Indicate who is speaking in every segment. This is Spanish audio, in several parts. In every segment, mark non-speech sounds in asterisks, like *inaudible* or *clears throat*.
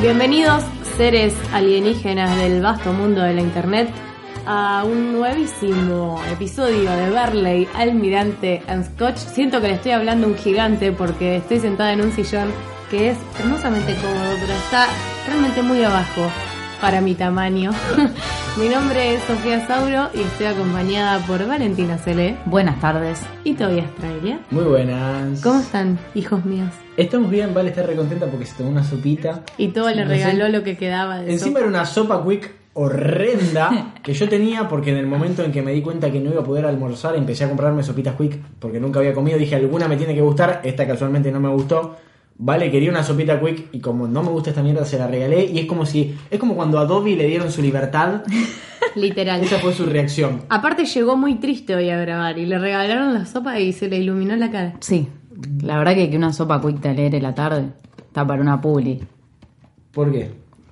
Speaker 1: Bienvenidos, seres alienígenas del vasto mundo de la internet, a un nuevísimo episodio de Barley, Almirante and Scotch. Siento que le estoy hablando a un gigante porque estoy sentada en un sillón que es hermosamente cómodo, pero está realmente muy abajo para mi tamaño. *laughs* mi nombre es Sofía Sauro y estoy acompañada por Valentina Cele
Speaker 2: Buenas tardes.
Speaker 1: y Tobias Trailia.
Speaker 3: Muy buenas.
Speaker 1: ¿Cómo están, hijos míos?
Speaker 3: Estamos bien, Vale está recontenta porque se tomó una sopita.
Speaker 1: Y todo le
Speaker 3: Sí,
Speaker 1: regaló
Speaker 3: sí.
Speaker 1: lo que quedaba de
Speaker 3: Encima
Speaker 1: sopa.
Speaker 3: era una sopa quick
Speaker 1: *laughs*
Speaker 3: horrenda que yo tenía porque en el momento en que me di cuenta que no iba a poder almorzar empecé a comprarme sopitas quick porque nunca había comido. Dije, alguna me tiene que gustar, esta casualmente no me gustó. Vale, quería una sopita quick y como no me gusta esta mierda se la regalé y es como si... Es como cuando a Dobby le dieron su libertad.
Speaker 1: *laughs* Literal.
Speaker 3: Esa fue su reacción.
Speaker 1: Aparte llegó muy triste hoy a grabar y le regalaron la sopa y se le iluminó la cara.
Speaker 2: Sí, la verdad que, que una sopa quick te alegre la tarde está para una publi.
Speaker 3: ¿Por qué?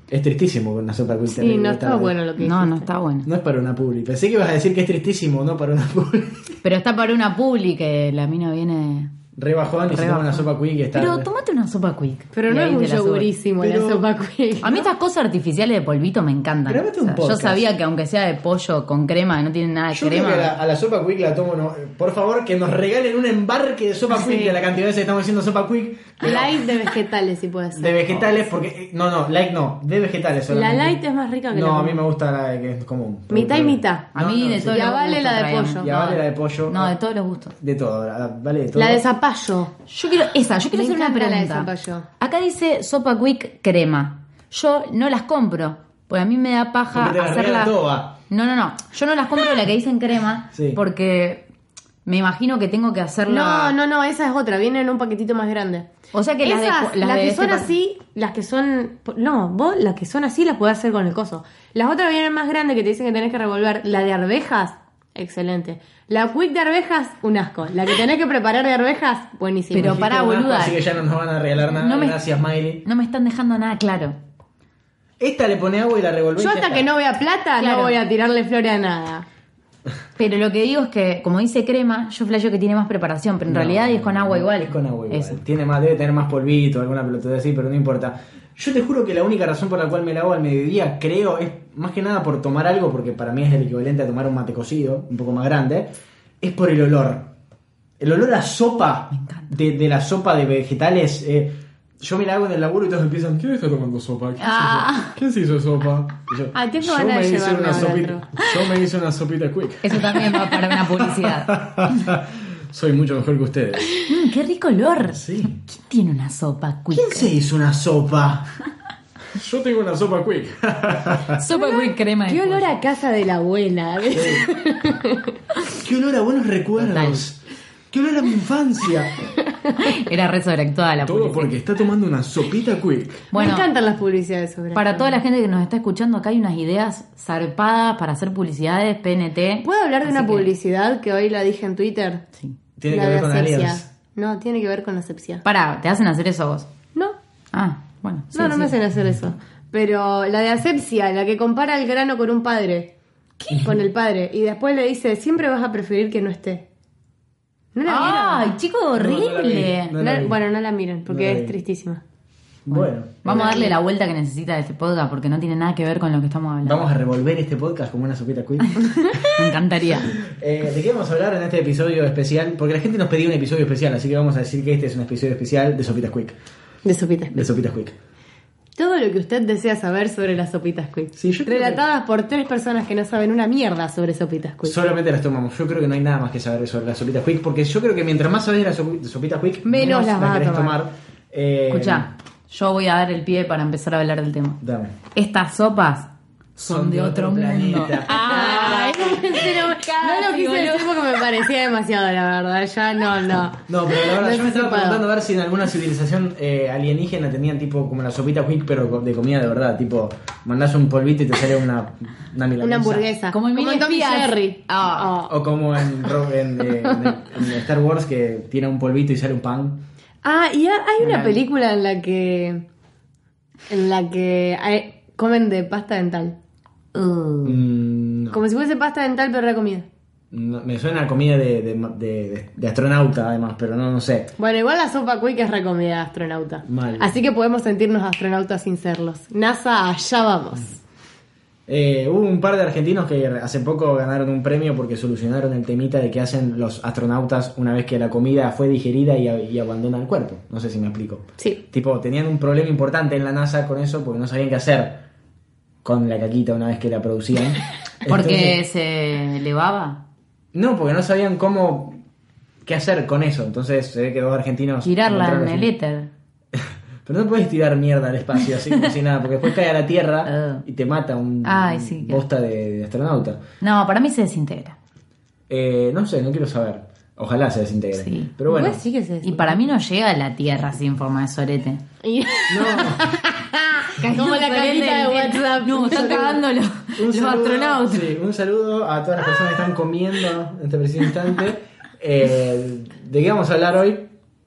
Speaker 3: Es tristísimo con una sopa quick.
Speaker 1: Sí,
Speaker 3: tener
Speaker 1: no
Speaker 3: libertad,
Speaker 1: estaba
Speaker 3: ¿eh?
Speaker 1: bueno lo que
Speaker 2: No, no
Speaker 1: dijiste.
Speaker 2: está bueno.
Speaker 3: No es para una publi. Pensé que ibas a decir que es tristísimo, no para una *laughs* publi.
Speaker 2: Pero está para una publi que la mina viene.
Speaker 3: Re bajón y se toma una sopa quick y está.
Speaker 2: Pero tomate una sopa quick.
Speaker 1: Pero
Speaker 2: Y
Speaker 1: no
Speaker 2: ahí
Speaker 1: es un
Speaker 2: te la sube.
Speaker 1: yogurísimo la
Speaker 3: Pero-
Speaker 1: sopa quick.
Speaker 2: *laughs* A mí estas cosas artificiales de polvito me encantan.
Speaker 3: Grabate un
Speaker 2: yo
Speaker 3: podcast.
Speaker 2: sabía que aunque sea de pollo con crema, no tiene nada de
Speaker 3: Yo creo
Speaker 2: crema.
Speaker 3: que a la, a la sopa quick la tomo. no- por favor, que nos regalen un embarque de sopa quick de la cantidad de veces que estamos haciendo sopa quick. pero
Speaker 1: Light de vegetales si puede ser.
Speaker 3: de vegetales, porque. eh, No, no, light no, de vegetales solamente.
Speaker 1: La light es más rica que
Speaker 3: No,
Speaker 1: la
Speaker 3: a mí
Speaker 1: común.
Speaker 3: me gusta la de que es común.
Speaker 1: Mitad y
Speaker 3: Pero-
Speaker 1: mitad.
Speaker 2: A mí
Speaker 3: No, no,
Speaker 2: de
Speaker 3: sí.
Speaker 2: todos
Speaker 1: Y
Speaker 2: los
Speaker 1: a Vale
Speaker 2: gustos
Speaker 1: la de
Speaker 2: tráigame.
Speaker 1: pollo.
Speaker 3: Y a Vale la de pollo.
Speaker 2: No, de todos los gustos.
Speaker 3: De todo, la- vale de todo.
Speaker 1: La de zapallo.
Speaker 2: Yo quiero esa, yo quiero
Speaker 1: Me
Speaker 2: hacer una
Speaker 1: encanta la de
Speaker 2: pregunta.
Speaker 1: zapallo.
Speaker 2: Acá dice sopa quick crema. Yo no las compro, porque a mí me da paja
Speaker 3: Porque te la
Speaker 2: hacerla.
Speaker 3: regala toda.
Speaker 2: No, no, no. Yo no las compro la que dicen crema
Speaker 3: Sí.
Speaker 2: porque me imagino que tengo que hacerla.
Speaker 1: No, no, no, esa es otra. Viene en un paquetito más grande.
Speaker 2: O sea que las de-
Speaker 1: Esas,
Speaker 2: las
Speaker 1: las
Speaker 2: de
Speaker 1: que
Speaker 2: este
Speaker 1: son
Speaker 2: par-
Speaker 1: así, las que son. No, vos las que son así las podés hacer con el coso. Las otras vienen más grandes que te dicen que tenés que revolver. La de arvejas, excelente. La quick de arvejas, un asco. La que tenés que preparar de arvejas, buenísimo.
Speaker 2: Pero
Speaker 3: Dijiste
Speaker 2: pará,
Speaker 3: un asco,
Speaker 2: boluda.
Speaker 3: Así que ya no nos van a regalar nada.
Speaker 2: No me-
Speaker 3: Gracias, Miley.
Speaker 2: No me están dejando nada claro.
Speaker 3: Esta le pone agua y la revolvés. y
Speaker 1: Yo
Speaker 3: ya
Speaker 1: hasta
Speaker 3: está.
Speaker 1: que no vea plata no
Speaker 2: Claro.
Speaker 1: voy a tirarle flores a nada.
Speaker 2: Pero lo que digo es que, como dice crema, yo flasheo que tiene más preparación, pero en
Speaker 3: No,
Speaker 2: realidad es con agua igual.
Speaker 3: Es con agua igual.
Speaker 2: Eso.
Speaker 3: Tiene más, debe tener más polvito, alguna pelotudez así, pero no importa. Yo te juro que la única razón por la cual me la hago al mediodía, creo, es más que nada por tomar algo, porque para mí es el equivalente a tomar un mate cocido, un poco más grande, es por el olor. El olor a sopa, de, de la sopa de vegetales. eh, yo me la hago en el laburo y todos empiezan, ¿quién está tomando sopa? ¿Quién, se
Speaker 2: Ah.
Speaker 3: hizo- quién se hizo sopa? Y yo,
Speaker 1: Ay, tengo
Speaker 3: "Yo
Speaker 1: ganas de
Speaker 3: me hice
Speaker 1: llevarme
Speaker 3: una
Speaker 1: ahora
Speaker 3: sopita-
Speaker 1: otro".
Speaker 3: yo me hice una sopita quick.
Speaker 2: Eso también va para una publicidad.
Speaker 3: *laughs* Soy mucho mejor que ustedes.
Speaker 2: Mm, ¡Qué rico olor!
Speaker 3: Sí.
Speaker 2: ¿Quién tiene una sopa quick?
Speaker 3: ¿Quién se hizo una sopa? Yo tengo una sopa quick.
Speaker 2: *laughs* Sopa quick crema. de
Speaker 1: Qué olor
Speaker 2: pollo.
Speaker 1: a casa de la *laughs* abuela.
Speaker 3: Qué olor a buenos recuerdos. Qué olor a
Speaker 2: *laughs*
Speaker 3: mi infancia.
Speaker 2: Era re sobreactuada la publicidad.
Speaker 3: porque está tomando una sopita quick.
Speaker 1: Me
Speaker 2: Bueno,
Speaker 1: encantan las publicidades sobre
Speaker 2: para
Speaker 1: esto.
Speaker 2: toda la gente que nos está escuchando, acá hay unas ideas zarpadas para hacer publicidades, PNT.
Speaker 1: ¿Puedo hablar de
Speaker 2: Así
Speaker 1: una
Speaker 2: que-
Speaker 1: publicidad que hoy la dije en Twitter?
Speaker 2: Sí.
Speaker 3: Tiene
Speaker 1: La
Speaker 3: que
Speaker 1: de
Speaker 3: ver con
Speaker 1: asepsia.
Speaker 3: aliens.
Speaker 1: No, tiene que ver con asepsia.
Speaker 2: Pará, ¿te hacen hacer eso vos?
Speaker 1: No,
Speaker 2: Ah, bueno. sí,
Speaker 1: no, no
Speaker 2: sí.
Speaker 1: me hacen hacer eso. Pero la de asepsia, la que compara el grano con un padre. Con el padre. Y después le dice, siempre vas a preferir que no esté. ¿No la
Speaker 2: ¡Ay, chico,
Speaker 3: No, no la vi.
Speaker 2: horrible!
Speaker 3: No
Speaker 1: vieron?
Speaker 3: la
Speaker 1: No-
Speaker 3: vi.
Speaker 1: bueno, no la miren, porque
Speaker 3: No la
Speaker 1: es
Speaker 3: vi.
Speaker 1: tristísima.
Speaker 3: Bueno.
Speaker 2: Vamos a darle la vuelta que necesita este podcast porque no tiene nada que ver con lo que estamos hablando.
Speaker 3: Vamos a revolver este podcast como una sopita
Speaker 1: *laughs*
Speaker 3: quick.
Speaker 2: Me encantaría.
Speaker 3: *laughs* Eh, ¿De qué vamos a hablar en este episodio especial? Porque la gente nos pedía un episodio especial, así que vamos a decir que este es un episodio especial de Sopitas Quick.
Speaker 1: De sopitas.
Speaker 3: De Sopitas Quick.
Speaker 1: Todo lo que usted desea saber sobre las sopitas quick.
Speaker 3: Sí, yo creo
Speaker 1: Relatadas por tres personas que no saben una mierda sobre sopitas quick.
Speaker 3: Solamente las tomamos. Yo creo que no hay nada más que saber sobre las sopitas quick, porque yo creo que mientras más sabes de las sopi- de sopitas quick,
Speaker 1: Menos las vas a
Speaker 3: querés
Speaker 1: tomar.
Speaker 3: Eh,
Speaker 2: Escucha, yo voy a dar el pie para empezar a hablar del tema.
Speaker 3: Dame.
Speaker 2: Estas sopas son,
Speaker 3: Son
Speaker 2: de,
Speaker 3: de
Speaker 2: otro,
Speaker 3: otro
Speaker 2: mundo.
Speaker 3: planeta.
Speaker 2: *laughs*
Speaker 1: Ay, *laughs* en serio, no lo quise decir porque me parecía demasiado, la verdad. Ya no, *laughs* no.
Speaker 3: No, pero la verdad, yo me estaba
Speaker 1: Desocupado.
Speaker 3: preguntando a ver si en alguna civilización eh, alienígena tenían tipo como la sopita quick, pero de comida de verdad. Tipo, mandás un polvito y te sale una, una milanesa.
Speaker 1: Una hamburguesa.
Speaker 2: Como en
Speaker 1: en
Speaker 2: Mini
Speaker 1: Tom y
Speaker 2: Espías.
Speaker 1: Jerry.
Speaker 2: Ah.
Speaker 1: Ah.
Speaker 3: O como en, Ro- en, eh, en- en Star Wars que tiene un polvito y sale un pan.
Speaker 1: Ah, y ha- hay una
Speaker 3: Una-
Speaker 1: película en la que. En la que hay- comen de pasta dental.
Speaker 2: Uh,
Speaker 3: Mm, no.
Speaker 1: Como si fuese pasta dental, pero era comida.
Speaker 3: No, me suena a comida de, de, de- de astronauta, además, pero no, no sé.
Speaker 1: Bueno, igual la sopa quick es recomida de astronauta.
Speaker 3: Mal.
Speaker 1: Así que podemos sentirnos astronautas sin serlos. NASA, allá vamos.
Speaker 3: Eh, hubo un par de argentinos que hace poco ganaron un premio porque solucionaron el temita de que hacen los astronautas una vez que la comida fue digerida y, a- y abandona el cuerpo. No sé si me explico.
Speaker 1: Sí.
Speaker 3: Tipo, tenían un problema importante en la NASA con eso porque no sabían qué hacer con la caquita una vez que la producían.
Speaker 2: porque
Speaker 3: Entonces-
Speaker 2: se elevaba.
Speaker 3: no, porque no sabían cómo. qué hacer con eso. Entonces se ve que dos argentinos.
Speaker 2: Girarla en
Speaker 3: encontraron-
Speaker 2: el éter.
Speaker 3: Pero no puedes tirar mierda al espacio así como si nada, porque después cae a la Tierra
Speaker 2: *laughs* Ah.
Speaker 3: y te mata un
Speaker 2: Ay, sí, que-
Speaker 3: bosta de, de astronauta.
Speaker 2: No, para mí se desintegra.
Speaker 3: Eh, no sé, no quiero saber. Ojalá se desintegre.
Speaker 2: Sí.
Speaker 3: Pero bueno.
Speaker 1: Pues sí que se
Speaker 2: Y para mí no llega a la tierra así en forma de sorete.
Speaker 1: *laughs* Y- Como la carita de WhatsApp.
Speaker 2: No, están cagando los, *laughs* los astronautas.
Speaker 3: sí, un saludo a todas las personas que están comiendo en este preciso instante. Eh, ¿De qué vamos a hablar hoy?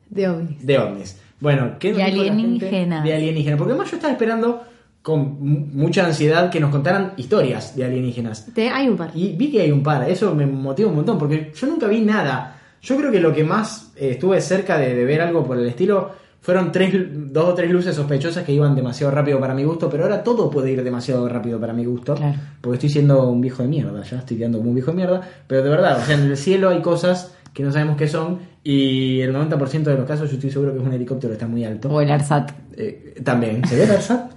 Speaker 1: De ovnis.
Speaker 3: De ovnis. Bueno, ¿qué nos
Speaker 2: De
Speaker 3: dijo la gente?
Speaker 2: alienígenas.
Speaker 3: De alienígenas. Porque además yo estaba esperando con mu- mucha ansiedad que nos contaran historias de alienígenas.
Speaker 1: Te- hay un par.
Speaker 3: Y vi que hay un par, eso me motiva un montón, porque yo nunca vi nada. Yo creo que lo que más eh, estuve cerca de, de ver algo por el estilo fueron tres, dos o tres luces sospechosas que iban demasiado rápido para mi gusto, pero ahora todo puede ir demasiado rápido para mi gusto,
Speaker 2: Claro.
Speaker 3: porque estoy siendo un viejo de mierda, ya estoy quedando como un viejo de mierda, pero de verdad, o sea, en el cielo hay cosas que no sabemos qué son y el 90% de los casos yo estoy seguro que es un helicóptero, está muy alto.
Speaker 2: O el ARSAT.
Speaker 3: Eh, también, ¿se ve el ARSAT?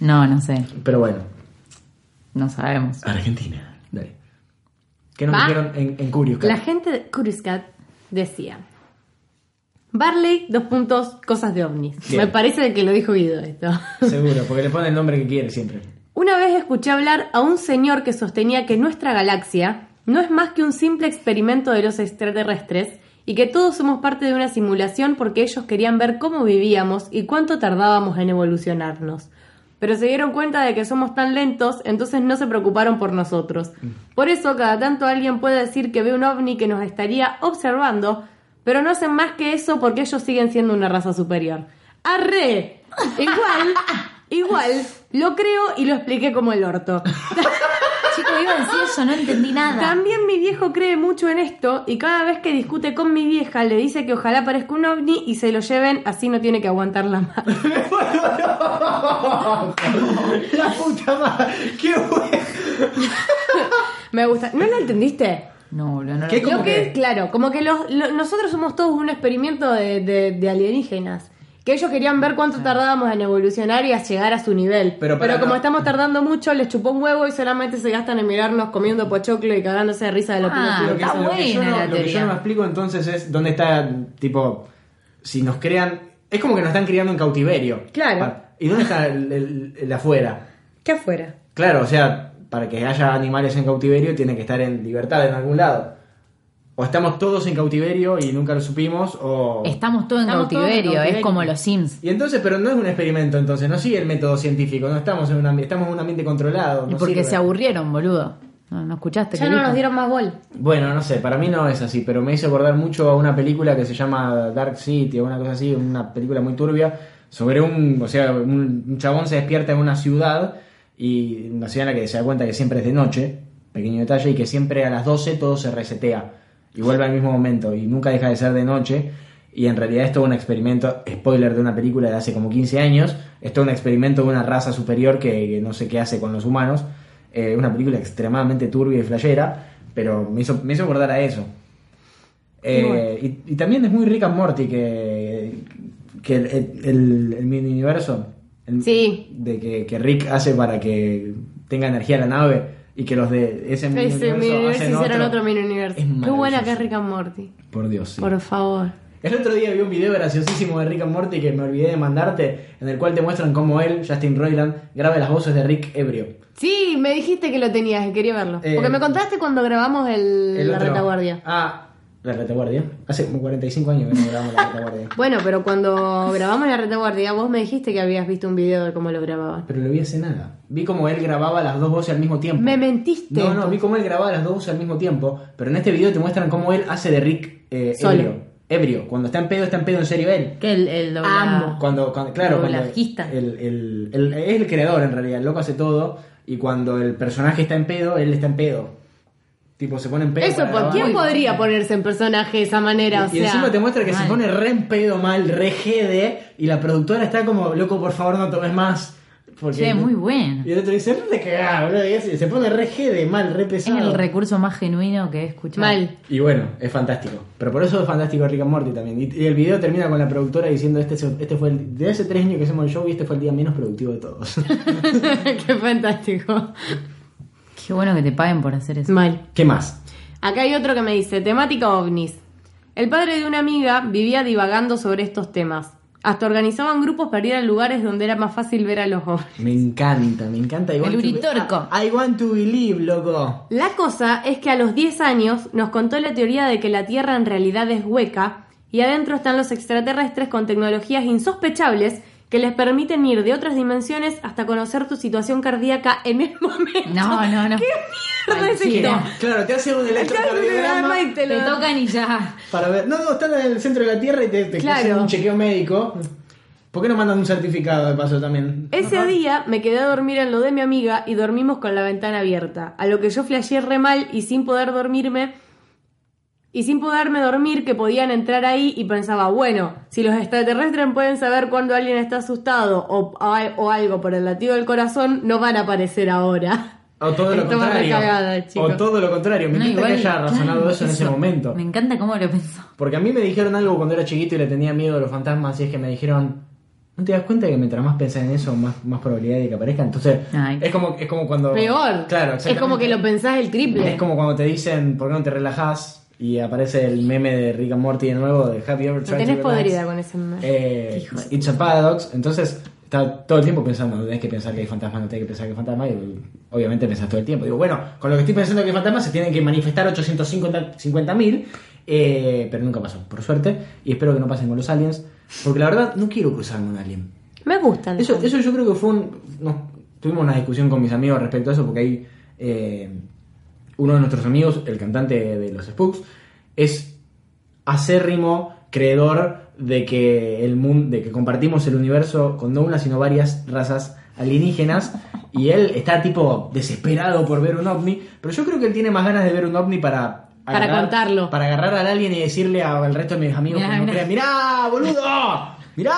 Speaker 2: No, no sé.
Speaker 3: Pero bueno,
Speaker 2: No sabemos.
Speaker 3: Argentina, dale. ¿Qué nos
Speaker 1: Va.
Speaker 3: dijeron en, en Curious Cat?
Speaker 1: La gente de Curious Cat decía: Barley, dos puntos, cosas de ovnis.
Speaker 3: Bien.
Speaker 1: Me parece que lo dijo Guido esto.
Speaker 3: Seguro, porque le pone el nombre que quiere siempre.
Speaker 1: Una vez escuché hablar a un señor que sostenía que nuestra galaxia no es más que un simple experimento de los extraterrestres y que todos somos parte de una simulación porque ellos querían ver cómo vivíamos y cuánto tardábamos en evolucionarnos. Pero se dieron cuenta de que somos tan lentos, entonces no se preocuparon por nosotros. Por eso cada tanto alguien puede decir que ve un ovni que nos estaría observando, pero no hacen más que eso porque ellos siguen siendo una raza superior. ¡Arre! Igual, igual, lo creo y lo expliqué como el orto.
Speaker 2: Chico, iba a decir eso, no entendí nada.
Speaker 1: También mi viejo cree mucho en esto y cada vez que discute con mi vieja le dice que ojalá parezca un ovni y se lo lleven, así no tiene que aguantarla más.
Speaker 3: Ah, La puta madre. Qué bueno.
Speaker 1: *laughs* Me gusta. ¿No lo entendiste?
Speaker 2: No, boludo, no lo-
Speaker 3: ¿Qué?
Speaker 1: Lo
Speaker 3: ¿Cómo
Speaker 1: que
Speaker 3: que?
Speaker 1: es claro, como que los, lo- nosotros somos todos un experimento de, de- de alienígenas. Que ellos querían ver cuánto tardábamos en evolucionar y a llegar a su nivel.
Speaker 3: Ah.
Speaker 1: Pero,
Speaker 3: Pero para no-
Speaker 1: como estamos tardando mucho, les chupó un huevo y solamente se gastan en mirarnos comiendo pochoclo y cagándose de risa de los
Speaker 2: Ah,
Speaker 1: pedófilos.
Speaker 3: Lo que,
Speaker 2: está
Speaker 3: lo que yo
Speaker 2: buena
Speaker 3: no,
Speaker 2: la
Speaker 3: lo que yo
Speaker 2: teoría.
Speaker 3: no me explico entonces es dónde está, tipo, si nos crean. Es como que nos están criando en cautiverio.
Speaker 1: Claro.
Speaker 3: Pa- ¿Y dónde está el, el- el afuera?
Speaker 1: ¿Qué afuera?
Speaker 3: Claro, o sea, para que haya animales en cautiverio tiene que estar en libertad en algún lado. O estamos todos en cautiverio y nunca lo supimos, o.
Speaker 2: Estamos todos en
Speaker 1: Estamos todos en
Speaker 2: cautiverio, es
Speaker 1: cautiverio.
Speaker 2: como los Sims.
Speaker 3: Y entonces, pero no es un experimento, entonces, no sigue el método científico, no estamos en un ambiente, estamos en un ambiente controlado.
Speaker 2: Y
Speaker 3: no
Speaker 2: porque
Speaker 3: sirve.
Speaker 2: se aburrieron, boludo. No, no escuchaste.
Speaker 1: Ya
Speaker 2: que
Speaker 1: no
Speaker 2: dijo?
Speaker 1: nos dieron más gol.
Speaker 3: Bueno, no sé, para mí no es así, pero me hizo acordar mucho a una película que se llama Dark City o una cosa así, una película muy turbia, sobre un, o sea, un, un chabón se despierta en una ciudad y una ciudad en la que se da cuenta que siempre es de noche, pequeño detalle, y que siempre a las 12 todo se resetea y vuelve al mismo momento y nunca deja de ser de noche. Y en realidad es todo un experimento, spoiler de una película de hace como 15 años, es todo un experimento de una raza superior que, que no sé qué hace con los humanos. Eh, una película extremadamente turbia y flashera, pero me hizo, me hizo acordar a eso. Eh, y, y también es muy rica Morty que, que el, el, el- el mini universo el-
Speaker 1: Sí.
Speaker 3: de que, que Rick hace para que tenga energía la nave y que los de ese mini
Speaker 1: Ese mini
Speaker 3: universo
Speaker 1: universo
Speaker 3: hacen
Speaker 1: hicieron
Speaker 3: otro.
Speaker 1: otro mini universo.
Speaker 3: Es
Speaker 1: Qué buena
Speaker 3: maravilloso.
Speaker 1: que es Rick and Morty.
Speaker 3: Por Dios, sí.
Speaker 1: Por favor.
Speaker 3: El otro día vi un video graciosísimo de Rick and Morty que me olvidé de mandarte, en el cual te muestran cómo él, Justin Roiland, graba las voces de Rick ebrio.
Speaker 1: Sí, me dijiste que lo tenías y quería verlo.
Speaker 3: Eh,
Speaker 1: Porque me contaste cuando grabamos el,
Speaker 3: El
Speaker 1: la
Speaker 3: otro-
Speaker 1: retaguardia.
Speaker 3: Ah, la retaguardia. Hace como 45 años que no grabamos la retaguardia.
Speaker 1: Bueno, pero cuando grabamos la retaguardia, vos me dijiste que habías visto un video de cómo lo grababan.
Speaker 3: *laughs* Pero lo vi hace nada. Vi como él grababa las dos voces al mismo tiempo.
Speaker 1: Me mentiste.
Speaker 3: No, no, vi cómo él grababa las dos voces al mismo tiempo, pero en este video te muestran cómo él hace de Rick eh,
Speaker 1: Solo.
Speaker 3: ebrio. Ebrio. Cuando está en pedo, está en pedo en serio él.
Speaker 2: Que el, el dobla-
Speaker 1: Amo.
Speaker 3: Cuando, cuando- claro, cuando
Speaker 2: Doblajista.
Speaker 3: el, el- el- es el creador en realidad, el loco hace todo y cuando el personaje está en pedo, él está en pedo. Tipo, se pone en pedo.
Speaker 1: Eso,
Speaker 3: para
Speaker 1: ¿por
Speaker 3: grabar.
Speaker 1: ¿quién podría ponerse en personaje de esa manera? O
Speaker 3: Y
Speaker 1: sea,
Speaker 3: encima te muestra que se
Speaker 2: mal.
Speaker 3: pone re en pedo mal, re jede, y la productora está como, loco, por favor no tomes más. Porque
Speaker 2: Che, muy bueno.
Speaker 3: Y el otro dice, te cagás, boludo", y así, se pone re jede mal, re
Speaker 2: Es
Speaker 3: pesado.
Speaker 2: el recurso más genuino que he escuchado.
Speaker 3: *laughs*
Speaker 1: mal.
Speaker 3: Y bueno, es fantástico. Pero por eso es fantástico Rick and Morty también. Y, y el video termina con la productora diciendo, este, es- este fue el, de hace tres años que hacemos el show y este fue el día menos productivo de todos. *laughs*
Speaker 1: *laughs* Qué fantástico.
Speaker 2: Qué bueno que te paguen por hacer eso.
Speaker 1: Mal.
Speaker 3: ¿Qué más?
Speaker 1: Acá hay otro que me dice, temática ovnis. El padre de una amiga vivía divagando sobre estos temas. Hasta organizaban grupos para ir a lugares donde era más fácil ver a los ovnis.
Speaker 3: Me encanta, me encanta. I
Speaker 2: El
Speaker 3: want to be-
Speaker 2: Uritorco.
Speaker 3: I, I want to believe, loco.
Speaker 1: La cosa es que a los 10 años nos contó la teoría de que la Tierra en realidad es hueca y adentro están los extraterrestres con tecnologías insospechables que les permiten ir de otras dimensiones hasta conocer tu situación cardíaca en el *laughs* momento.
Speaker 2: No, no, no.
Speaker 1: ¿Qué mierda es esto?
Speaker 2: Cualquiera.
Speaker 3: Claro, te hace un electrocardiograma
Speaker 1: Y te
Speaker 2: Te
Speaker 1: lo-
Speaker 2: tocan y ya.
Speaker 3: para ver. No, no, están en el centro de la Tierra y te, te
Speaker 1: Claro.
Speaker 3: hacen un chequeo médico. ¿Por qué no mandan un certificado de paso también?
Speaker 1: Ese día me quedé a dormir en lo de mi amiga y dormimos con la ventana abierta, a lo que yo flasheé re mal y sin poder dormirme y sin poderme dormir que podían entrar ahí y pensaba, bueno, si los extraterrestres pueden saber cuando alguien está asustado o, o algo por el latido del corazón, no van a aparecer ahora.
Speaker 3: O todo lo
Speaker 1: Estaba
Speaker 3: contrario.
Speaker 1: recagada, chico.
Speaker 3: o todo lo contrario. Me
Speaker 2: No,
Speaker 3: encanta
Speaker 2: igual,
Speaker 3: que haya razonado
Speaker 2: claro,
Speaker 3: eso en ese momento.
Speaker 2: Me encanta cómo lo pensó.
Speaker 3: Porque a mí me dijeron algo cuando era chiquito y le tenía miedo a los fantasmas. Y es que me dijeron, ¿no te das cuenta que mientras más pensás en eso, más, más probabilidad de que aparezca? Entonces,
Speaker 2: Ay.
Speaker 3: es como, es como
Speaker 1: *laughs*
Speaker 3: cuando.
Speaker 1: Peor.
Speaker 3: Claro,
Speaker 1: es como que lo
Speaker 3: exactamente.
Speaker 1: pensás el triple.
Speaker 3: Es como cuando te dicen, ¿por qué no te relajás? Y aparece el meme de Rick and Morty de nuevo, de Have you ever
Speaker 1: Lo
Speaker 3: tried
Speaker 1: tenés
Speaker 3: to relax?
Speaker 1: podrida con ese meme.
Speaker 3: Eh, it's a paradox. Entonces, está todo el tiempo pensando, no tenés que pensar que hay fantasmas, no tenés que pensar que hay fantasmas. Y obviamente pensás todo el tiempo. Digo, bueno, con lo que estoy pensando que hay fantasmas se tienen que manifestar 850.000. Eh, pero nunca pasó, por suerte. Y espero que no pasen con los aliens. Porque la verdad, no quiero cruzarme un alien.
Speaker 1: Me gustan.
Speaker 3: Eso, eso yo creo que fue un. no, tuvimos una discusión con mis amigos respecto a eso, porque ahí eh, uno de nuestros amigos, el cantante de los Spooks, es acérrimo creedor de que el mundo, de que compartimos el universo con no una sino varias razas alienígenas. Y él está tipo desesperado por ver un ovni, pero yo creo que él tiene más ganas de ver un ovni para
Speaker 1: Para contarlo.
Speaker 3: para agarrar al alien y decirle a- al resto de mis amigos
Speaker 2: Mirá,
Speaker 3: que no
Speaker 2: mirá.
Speaker 3: crean, mirá, boludo, mirá,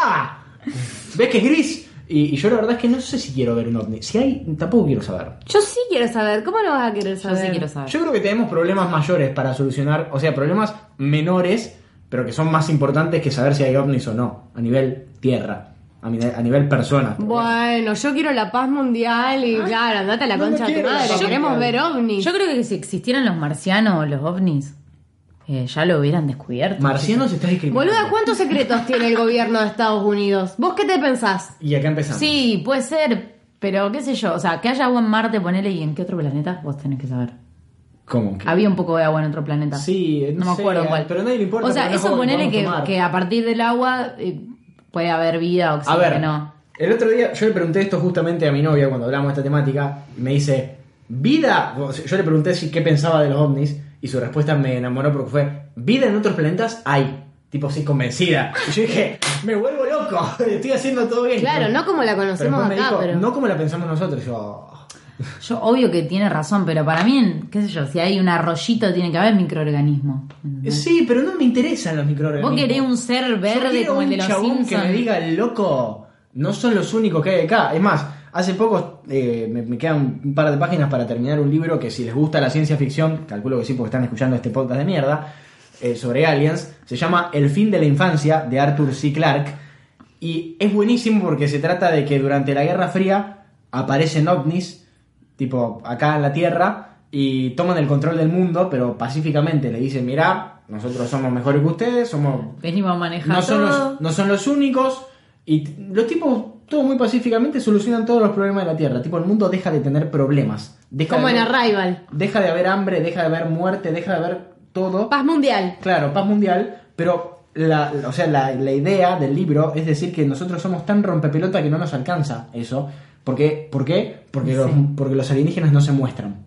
Speaker 3: ves que es gris. Y, y yo la verdad es que no sé si quiero ver un ovni. Si hay, tampoco quiero saber.
Speaker 1: Yo sí quiero saber. ¿Cómo lo vas a querer
Speaker 2: Yo
Speaker 1: saber?
Speaker 2: sí quiero saber.
Speaker 3: Yo creo que tenemos problemas mayores para solucionar, o sea, problemas menores, pero que son más importantes que saber si hay ovnis o no, a nivel tierra, a nivel, a nivel persona.
Speaker 1: Bueno, yo quiero la paz mundial y claro, andate a la
Speaker 3: No, no
Speaker 1: concha de tu
Speaker 3: quiero la
Speaker 1: madre.
Speaker 3: paz
Speaker 1: Queremos
Speaker 3: mundial.
Speaker 1: ver ovnis.
Speaker 2: Yo creo que si existieran los marcianos o los ovnis, eh, ya lo hubieran descubierto.
Speaker 3: Marcianos estás discriminando.
Speaker 1: Boluda, ¿cuántos secretos tiene el gobierno de Estados Unidos? ¿Vos qué te pensás?
Speaker 3: Y acá empezamos.
Speaker 2: Sí, puede ser, pero qué sé yo. O sea, que haya agua en Marte, ponele, y en qué otro planeta, vos tenés que saber.
Speaker 3: ¿Cómo? que?
Speaker 2: Había un poco de agua en otro planeta.
Speaker 3: Sí,
Speaker 2: no, me
Speaker 3: sé,
Speaker 2: acuerdo
Speaker 3: a-
Speaker 2: cuál.
Speaker 3: pero a nadie le importa
Speaker 2: O sea,
Speaker 3: porque es
Speaker 2: eso
Speaker 3: agua que
Speaker 2: ponele
Speaker 3: podemos
Speaker 2: que,
Speaker 3: tomar.
Speaker 2: que a partir del agua eh, puede haber vida,
Speaker 3: A
Speaker 2: oxígeno.
Speaker 3: ver, el otro día yo le pregunté esto justamente a mi novia cuando hablamos de esta temática y me dice, ¿vida? O sea, Yo le pregunté si qué pensaba de los ovnis y su respuesta me enamoró porque fue, ¿vida en otros planetas hay? Tipo así convencida. Y yo dije, me vuelvo loco, *laughs* estoy haciendo todo bien.
Speaker 1: Claro, no como la
Speaker 3: Pero
Speaker 1: conocemos
Speaker 3: después me
Speaker 1: acá,
Speaker 3: dijo,
Speaker 1: pero.
Speaker 3: No como la pensamos nosotros. Y yo,
Speaker 2: Yo obvio que tiene razón, pero para mí, en- qué sé yo, si hay un arroyito tiene que haber microorganismo. ¿entendés?
Speaker 3: Sí, pero no me interesan los microorganismos.
Speaker 2: Vos querés un ser
Speaker 3: Yo
Speaker 2: verde
Speaker 3: quiero
Speaker 2: como el de
Speaker 3: un
Speaker 2: los
Speaker 3: chabón
Speaker 2: Simpsons.
Speaker 3: que me diga, loco, no son los únicos que hay acá. Es más, hace poco eh, me, me quedan un par de páginas para terminar un libro que si les gusta la ciencia ficción, calculo que sí porque están escuchando este podcast de mierda, eh, sobre aliens, se llama El fin de la infancia de Arthur C. Clarke. Y es buenísimo porque se trata de que durante la Guerra Fría aparecen ovnis, tipo acá en la Tierra, y toman el control del mundo, pero pacíficamente le dicen, mirá, nosotros somos mejores que ustedes, somos
Speaker 2: Venimos a manejar
Speaker 3: no son,
Speaker 2: todo.
Speaker 3: los, no son los únicos. Y t- los tipos, todo muy pacíficamente, solucionan todos los problemas de la Tierra. Tipo, el mundo deja de tener problemas. Deja
Speaker 1: Como
Speaker 3: de
Speaker 1: en
Speaker 3: haber-
Speaker 1: Arrival.
Speaker 3: Deja de haber hambre, deja de haber muerte, deja de haber todo.
Speaker 1: Paz mundial.
Speaker 3: Claro, paz mundial, pero la, o sea, la, la idea del libro es decir que nosotros somos tan rompepelota que no nos alcanza eso. ¿Por qué? ¿Por qué? Porque, los, porque los alienígenas no se muestran.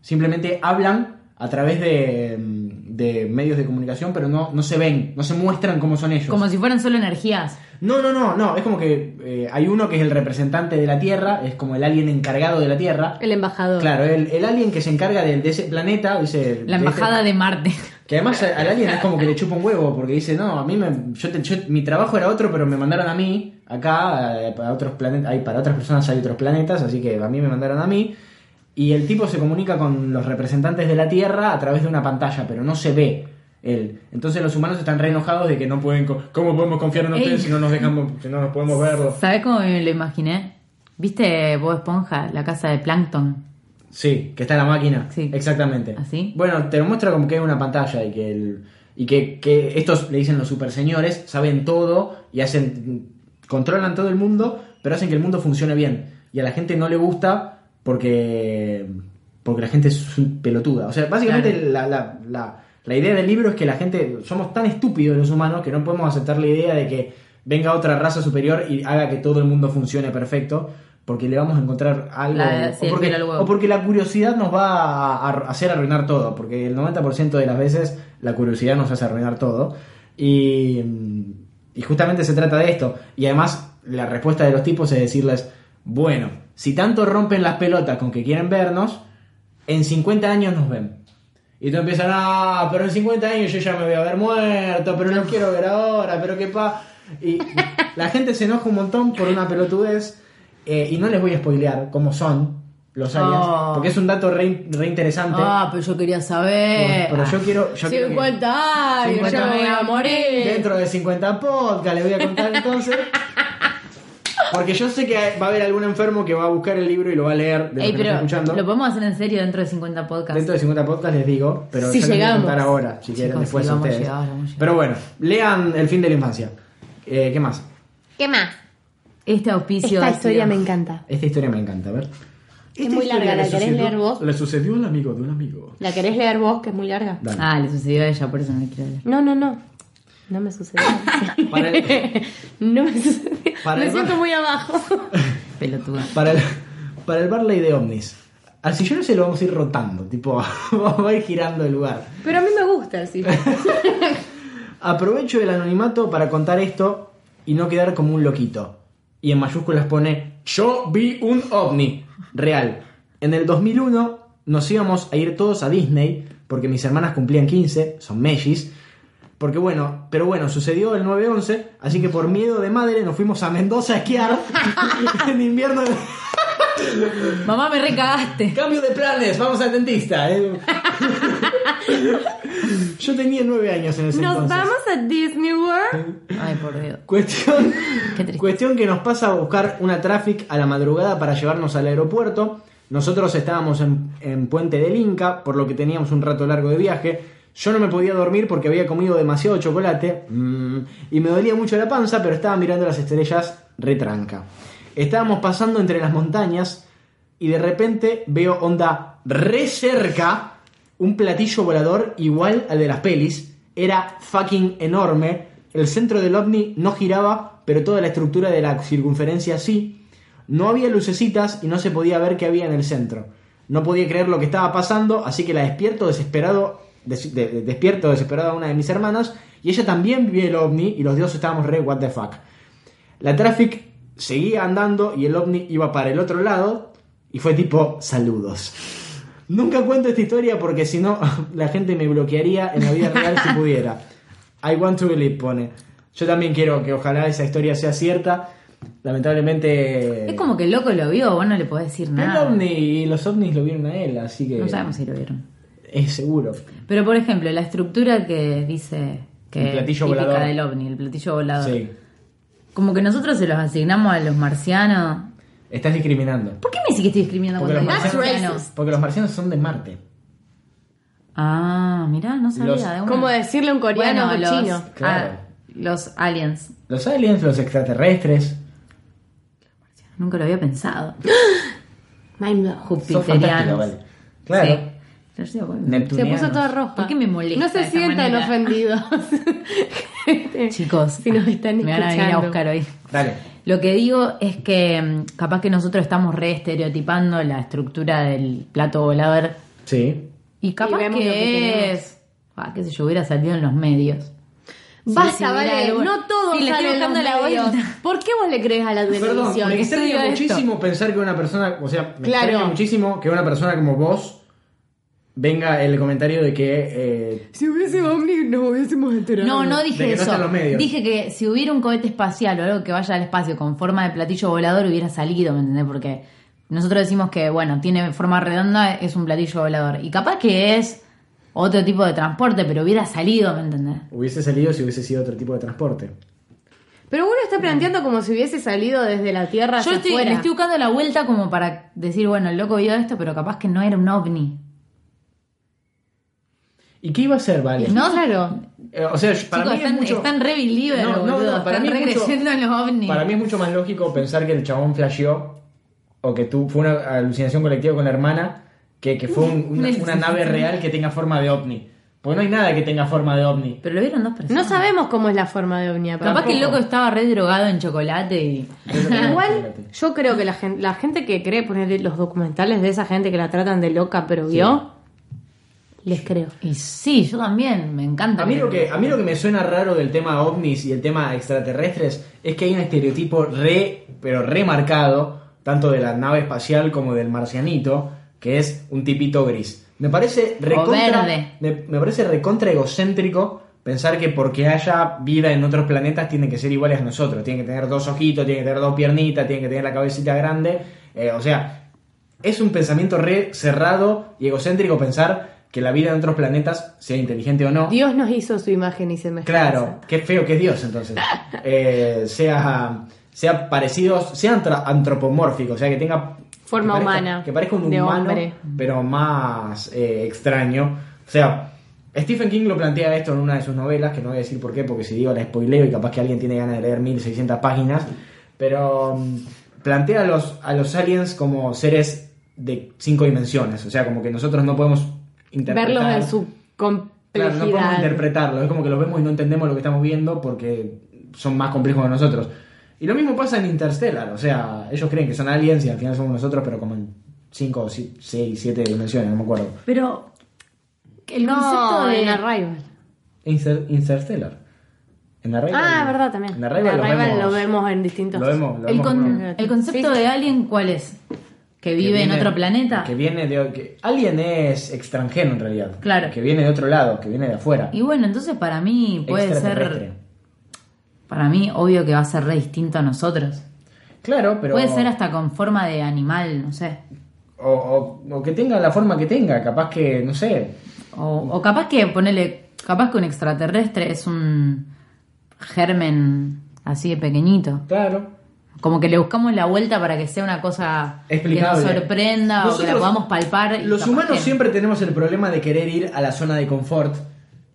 Speaker 3: Simplemente hablan a través de, de medios de comunicación, pero no, no se ven, no se muestran como son ellos.
Speaker 2: Como si fueran solo energías.
Speaker 3: No, no, no, no. Es como que eh, hay uno que es el representante de la Tierra, es como el alien encargado de la Tierra.
Speaker 1: El embajador.
Speaker 3: Claro, el, el alien que se encarga de, de ese planeta, dice...
Speaker 2: La embajada
Speaker 3: este-
Speaker 2: de Marte. *laughs*
Speaker 3: Que además a- al alien es como que le chupa un huevo, porque dice, no, a mí me, yo te- yo- mi trabajo era otro, pero me mandaron a mí, acá, eh, para otros planetas, hay, para otras personas hay otros planetas, así que a mí me mandaron a mí. Y el tipo se comunica con los representantes de la Tierra a través de una pantalla, pero no se ve él. Entonces los humanos están re enojados de que no pueden... co- ¿Cómo podemos confiar en
Speaker 2: Ey.
Speaker 3: ustedes si no nos dejamos, si no nos podemos verlo?
Speaker 2: ¿Sabés cómo me lo imaginé? ¿Viste Bob Esponja, la casa de Plankton?
Speaker 3: Sí, que está en la máquina.
Speaker 2: Sí.
Speaker 3: Exactamente.
Speaker 2: ¿Así?
Speaker 3: Bueno, te lo muestra como que hay una pantalla y que el, y que, que estos le dicen los super señores, saben todo y hacen controlan todo el mundo, pero hacen que el mundo funcione bien. Y a la gente no le gusta porque porque la gente es un pelotuda. O sea, básicamente
Speaker 2: Claro.
Speaker 3: la, la- la- la idea del libro es que la gente somos tan estúpidos los humanos que no podemos aceptar la idea de que venga otra raza superior y haga que todo el mundo funcione perfecto. Porque le vamos a encontrar algo
Speaker 2: La-
Speaker 3: o,
Speaker 2: sí, el
Speaker 3: porque,
Speaker 2: pelo al huevo.
Speaker 3: o porque la curiosidad nos va a, a hacer arruinar todo, porque el 90% de las veces la curiosidad nos hace arruinar todo. Y, y justamente se trata de esto. Y además la respuesta de los tipos es decirles, bueno, si tanto rompen las pelotas con que quieren vernos, en 50 años nos ven. Y tú empiezas, ah, pero en 50 años yo ya me voy a haber muerto, pero no quiero ver ahora, pero qué pa. Y la gente se enoja un montón por una pelotudez. eh, y no les voy a spoilear cómo son los aliens,
Speaker 2: Oh.
Speaker 3: porque es un dato re, re interesante.
Speaker 2: Ah, pero yo quería saber.
Speaker 3: Pero yo quiero. Yo quiero que
Speaker 1: 50 años,
Speaker 2: 50
Speaker 1: yo me voy a
Speaker 2: años.
Speaker 1: morir.
Speaker 3: dentro de 50 podcast les voy a contar
Speaker 1: *laughs*
Speaker 3: entonces. Porque yo sé que va a haber algún enfermo que va a buscar el libro y lo va a leer de los
Speaker 2: Ey,
Speaker 3: que me está
Speaker 2: pero
Speaker 3: escuchando.
Speaker 2: lo podemos hacer en serio dentro de 50 podcasts.
Speaker 3: Dentro de 50 podcast les digo, pero
Speaker 1: Si
Speaker 3: yo les voy a
Speaker 1: llegamos.
Speaker 3: contar ahora, si quieren,
Speaker 2: Chicos,
Speaker 3: después
Speaker 2: si
Speaker 3: a
Speaker 2: vamos a
Speaker 3: ustedes.
Speaker 2: llegar, vamos a llegar.
Speaker 3: Pero bueno, lean El fin de la infancia. Eh, ¿Qué más?
Speaker 1: ¿Qué más?
Speaker 2: Este auspicio.
Speaker 1: Esta
Speaker 2: ha
Speaker 1: historia
Speaker 2: sido-
Speaker 1: me encanta.
Speaker 3: Esta historia me encanta, a ver. Esta
Speaker 1: muy
Speaker 3: historia
Speaker 1: larga,
Speaker 3: le
Speaker 1: ¿la querés
Speaker 3: sucedió-
Speaker 1: leer vos?
Speaker 3: Le sucedió al amigo de un amigo.
Speaker 1: ¿La querés leer vos, que es muy larga?
Speaker 3: Dale.
Speaker 2: Ah, le sucedió a ella, por eso no le quiero hablar.
Speaker 1: No, no, no. No me sucedió. *laughs*
Speaker 3: Para el-
Speaker 1: no me sucedió.
Speaker 3: Para
Speaker 1: me
Speaker 3: el-
Speaker 1: siento muy abajo.
Speaker 2: Pelotuda.
Speaker 3: Para el, para el Barley de Omnis. Al sillón se lo vamos a ir rotando, tipo, *laughs* vamos a ir girando el lugar.
Speaker 1: Pero a mí me gusta el sillón.
Speaker 3: Aprovecho el anonimato para contar esto y no quedar como un loquito. Y en mayúsculas pone, yo vi un ovni. Real. En el 2001 nos íbamos a ir todos a Disney porque mis hermanas cumplían 15, son mellis. Porque bueno, pero bueno, sucedió el 9-11, así que por miedo de madre nos fuimos a Mendoza a esquiar *laughs* en invierno.
Speaker 2: Mamá, me recagaste.
Speaker 3: *laughs* Cambio de planes, vamos al dentista. eh. *laughs* Yo tenía 9 años en ese
Speaker 1: Nos
Speaker 3: entonces.
Speaker 1: vamos a Disney World.
Speaker 2: Ay, por Dios.
Speaker 3: Cuestión,
Speaker 2: *laughs* Qué triste.
Speaker 3: cuestión que nos pasa a buscar una traffic a la madrugada para llevarnos al aeropuerto. Nosotros estábamos en, en Puente del Inca, por lo que teníamos un rato largo de viaje. Yo no me podía dormir porque había comido demasiado chocolate mm, y me dolía mucho la panza, pero estaba mirando las estrellas retranca. Estábamos pasando entre las montañas y de repente veo onda re cerca un platillo volador igual al de las pelis. Era fucking enorme. El centro del ovni no giraba, pero toda la estructura de la circunferencia sí. No había lucecitas y no se podía ver qué había en el centro. No podía creer lo que estaba pasando, así que la despierto desesperado, des- de- de- despierto desesperado a una de mis hermanas y ella también vio el ovni y los dos estábamos re what the fuck. La traffic seguía andando y el ovni iba para el otro lado. Y fue tipo, saludos. Nunca cuento esta historia porque si no, *laughs* la gente me bloquearía en la vida real si
Speaker 2: *laughs*
Speaker 3: pudiera. I want to believe, pone. Yo también quiero que ojalá esa historia sea cierta. Lamentablemente.
Speaker 2: Es como que el loco lo vio, vos no le podés decir
Speaker 3: El
Speaker 2: nada.
Speaker 3: ovni y los ovnis lo vieron a él, así que.
Speaker 2: No sabemos si lo vieron.
Speaker 3: Es seguro.
Speaker 2: Pero por ejemplo, la estructura que dice que
Speaker 3: El platillo
Speaker 2: es típica
Speaker 3: volador.
Speaker 2: del ovni, el platillo volador.
Speaker 3: Sí.
Speaker 2: Como que nosotros se los asignamos a los marcianos.
Speaker 3: Estás discriminando.
Speaker 2: ¿Por qué me decís que estoy discriminando
Speaker 3: Porque
Speaker 2: cuando
Speaker 3: los
Speaker 2: digo
Speaker 1: That's
Speaker 2: marciano?
Speaker 1: racist.
Speaker 3: Porque los marcianos son de Marte.
Speaker 2: Ah, mirá, no sabía
Speaker 3: Los-
Speaker 2: de una.
Speaker 1: ¿Cómo decirle a un coreano
Speaker 2: Bueno,
Speaker 1: o
Speaker 2: los,
Speaker 1: chino?
Speaker 3: Claro.
Speaker 2: ah, los aliens.
Speaker 3: Los aliens, los extraterrestres.
Speaker 2: Nunca lo había pensado.
Speaker 1: Mind blown.
Speaker 3: Son fantásticos,
Speaker 2: Jupiterianos.
Speaker 3: vale. Claro.
Speaker 2: Sí. Pero sí, bueno.
Speaker 3: Neptunianos.
Speaker 1: Se puso toda roja.
Speaker 2: ¿Por qué me molesta
Speaker 1: No se
Speaker 2: de esa
Speaker 1: sientan
Speaker 2: manera? *laughs*
Speaker 1: ofendidos.
Speaker 2: Chicos,
Speaker 1: Si nos están
Speaker 2: me van a venir a
Speaker 1: escuchando.
Speaker 2: buscar hoy.
Speaker 3: Dale.
Speaker 2: Lo que digo es que mm, capaz que nosotros estamos re estereotipando la estructura del plato volador
Speaker 3: Sí.
Speaker 2: y capaz que,
Speaker 1: vemos lo que tenemos.
Speaker 2: es, ah, qué sé yo, hubiera salido en los medios. Sí, sí,
Speaker 1: Basta,
Speaker 2: mira,
Speaker 1: vale.
Speaker 2: algo-
Speaker 1: No todo
Speaker 2: Sí, le estoy
Speaker 1: sale en los
Speaker 2: buscando la
Speaker 1: medios.
Speaker 2: vuelta.
Speaker 1: ¿Por qué vos le crees a la
Speaker 3: Perdón,
Speaker 1: televisión?
Speaker 3: me
Speaker 2: estudio
Speaker 3: extraña
Speaker 2: esto.
Speaker 3: muchísimo pensar que una persona, o sea, me
Speaker 1: Claro.
Speaker 3: extraña muchísimo que una persona como vos venga el comentario de que eh,
Speaker 1: Si hubiese ovni, nos hubiésemos enterado.
Speaker 2: No, no
Speaker 3: De
Speaker 2: dije
Speaker 3: que no
Speaker 2: eso.
Speaker 3: están los medios.
Speaker 2: Dije que si hubiera un cohete espacial o algo que vaya al espacio con forma de platillo volador hubiera salido, ¿me entendés? Porque nosotros decimos que, bueno, tiene forma redonda, es un platillo volador. Y capaz que es otro tipo de transporte, pero hubiera salido, ¿me entendés?
Speaker 3: hubiese salido si hubiese sido otro tipo de transporte.
Speaker 1: Pero uno está planteando como si hubiese salido desde la Tierra
Speaker 2: Yo
Speaker 1: hacia
Speaker 2: estoy,
Speaker 1: afuera.
Speaker 2: le estoy buscando la vuelta como para decir, bueno, el loco vio esto, pero capaz que no era un ovni.
Speaker 3: ¿Y qué iba a ser, Vale?
Speaker 2: No,
Speaker 1: Claro.
Speaker 3: Eh, o sea, yo- para
Speaker 2: Chicos,
Speaker 3: mí
Speaker 2: están,
Speaker 3: es mucho...
Speaker 2: están re believers,
Speaker 3: No, no,
Speaker 2: boludo.
Speaker 3: no, para
Speaker 2: están
Speaker 3: mí es
Speaker 2: re
Speaker 3: mucho-
Speaker 2: creyendo en los ovnis.
Speaker 3: Para mí es mucho más lógico pensar que el chabón flasheó o que tú fue una alucinación colectiva con la hermana que, que fue un- una, una nave real que tenga forma de ovni. Porque no hay nada que tenga forma de ovni.
Speaker 2: Pero lo vieron dos personas.
Speaker 1: No sabemos cómo es la forma de ovni.
Speaker 2: Capaz
Speaker 1: aparte.
Speaker 2: que el loco estaba re drogado en chocolate y...
Speaker 3: *laughs*
Speaker 1: Igual, yo creo que la gente, la gente que cree poner los documentales de esa gente que la tratan de loca pero vio, les creo.
Speaker 2: Y sí, yo también, me encanta.
Speaker 3: A mí,
Speaker 2: que-
Speaker 3: lo que, a mí lo que me suena raro del tema ovnis y el tema extraterrestres es que hay un estereotipo re, pero remarcado, tanto de la nave espacial como del marcianito, que es un tipito gris. Me parece recontra,
Speaker 2: verde.
Speaker 3: me, me parece recontra egocéntrico pensar que porque haya vida en otros planetas tienen que ser iguales a nosotros. Tienen que tener dos ojitos, tienen que tener dos piernitas, tienen que tener la cabecita grande. Eh, o sea, es un pensamiento re cerrado y egocéntrico pensar que la vida en otros planetas, sea inteligente o no,
Speaker 1: Dios nos hizo su imagen y semejanza.
Speaker 3: Claro, qué feo que es
Speaker 1: *laughs*
Speaker 3: Dios entonces. Eh, sea, sea parecidos, sea antra- antropomórfico, o sea que tenga
Speaker 1: Forma
Speaker 3: que parezca-
Speaker 1: humana,
Speaker 3: Que parezca un
Speaker 1: de
Speaker 3: humano,
Speaker 1: hombre.
Speaker 3: pero más eh, extraño. O sea, Stephen King lo plantea esto en una de sus novelas, que no voy a decir por qué, porque si digo la spoileo y capaz que alguien tiene ganas de leer 1600 páginas, pero mm, plantea a los, a los aliens como seres de cinco dimensiones, o sea, como que nosotros no podemos interpretar
Speaker 1: Verlos en su
Speaker 3: Claro,
Speaker 1: complejidad.
Speaker 3: no podemos interpretarlo. Es como que los vemos y no entendemos lo que estamos viendo porque son más complejos que nosotros. Y lo mismo pasa en Interstellar. O sea, ellos creen que son aliens y al final somos nosotros, pero como en 5, 6, 7 dimensiones, no me acuerdo.
Speaker 2: Pero... El concepto
Speaker 1: no,
Speaker 2: de...
Speaker 1: en Arrival.
Speaker 3: Inter- Interstellar. En Arrival.
Speaker 1: Ah, verdad, también.
Speaker 3: En Arrival,
Speaker 1: Arrival
Speaker 3: lo, vemos,
Speaker 1: en distintos...
Speaker 3: Lo vemos, lo
Speaker 2: El,
Speaker 3: vemos
Speaker 2: con-
Speaker 3: como-
Speaker 1: bueno.
Speaker 2: el concepto de alien, ¿cuál es? ¿Que
Speaker 3: que
Speaker 2: vive en
Speaker 3: viene-
Speaker 2: otro planeta?
Speaker 3: Que viene de. que- alien es extranjero en realidad.
Speaker 2: Claro.
Speaker 3: Que viene de otro lado, que viene de afuera.
Speaker 2: Y bueno, entonces para mí puede
Speaker 3: Extraterrestre.
Speaker 2: ser... Para mí, obvio que va a ser re distinto a nosotros.
Speaker 3: Claro, pero.
Speaker 2: Puede ser hasta con forma de animal, no sé.
Speaker 3: O, o- o que tenga la forma que tenga, capaz que, no sé.
Speaker 2: O, o capaz que ponerle... Capaz que un extraterrestre es un germen así de pequeñito.
Speaker 3: Claro.
Speaker 2: Como que le buscamos la vuelta para que sea una cosa
Speaker 3: Explicable.
Speaker 2: que nos sorprenda o que la
Speaker 3: Nosotros-
Speaker 2: podamos palpar. y
Speaker 3: Los
Speaker 2: capaz
Speaker 3: humanos
Speaker 2: que-
Speaker 3: siempre tenemos el problema de querer ir a la zona de confort.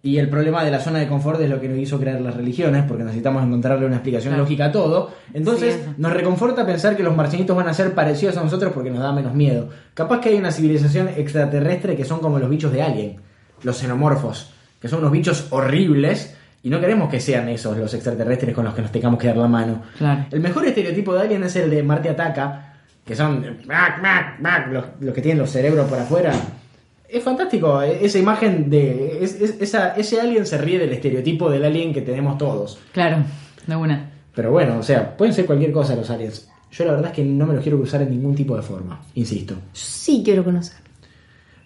Speaker 3: Y el problema de la zona de confort es lo que nos hizo crear las religiones, porque necesitamos encontrarle una explicación
Speaker 2: Claro.
Speaker 3: lógica a todo. Entonces,
Speaker 2: Sí, eso.
Speaker 3: nos reconforta pensar que los marcianitos van a ser parecidos a nosotros porque nos da menos miedo. Capaz que hay una civilización extraterrestre que son como los bichos de Alien, los xenomorfos, que son unos bichos horribles, y no queremos que sean esos los extraterrestres con los que nos tengamos que dar la mano.
Speaker 2: Claro.
Speaker 3: El mejor estereotipo de alien es el de Marte Ataca, que son eh, mac, mac, mac, los, los que tienen los cerebros por afuera. Es fantástico, eh, esa imagen de. es- es- esa- ese alien se ríe del estereotipo del alien que tenemos todos.
Speaker 2: Claro, de una.
Speaker 3: Pero bueno, o sea, pueden ser cualquier cosa los aliens. Yo la verdad es que no me los quiero cruzar en ningún tipo de forma, insisto.
Speaker 1: Sí quiero conocer.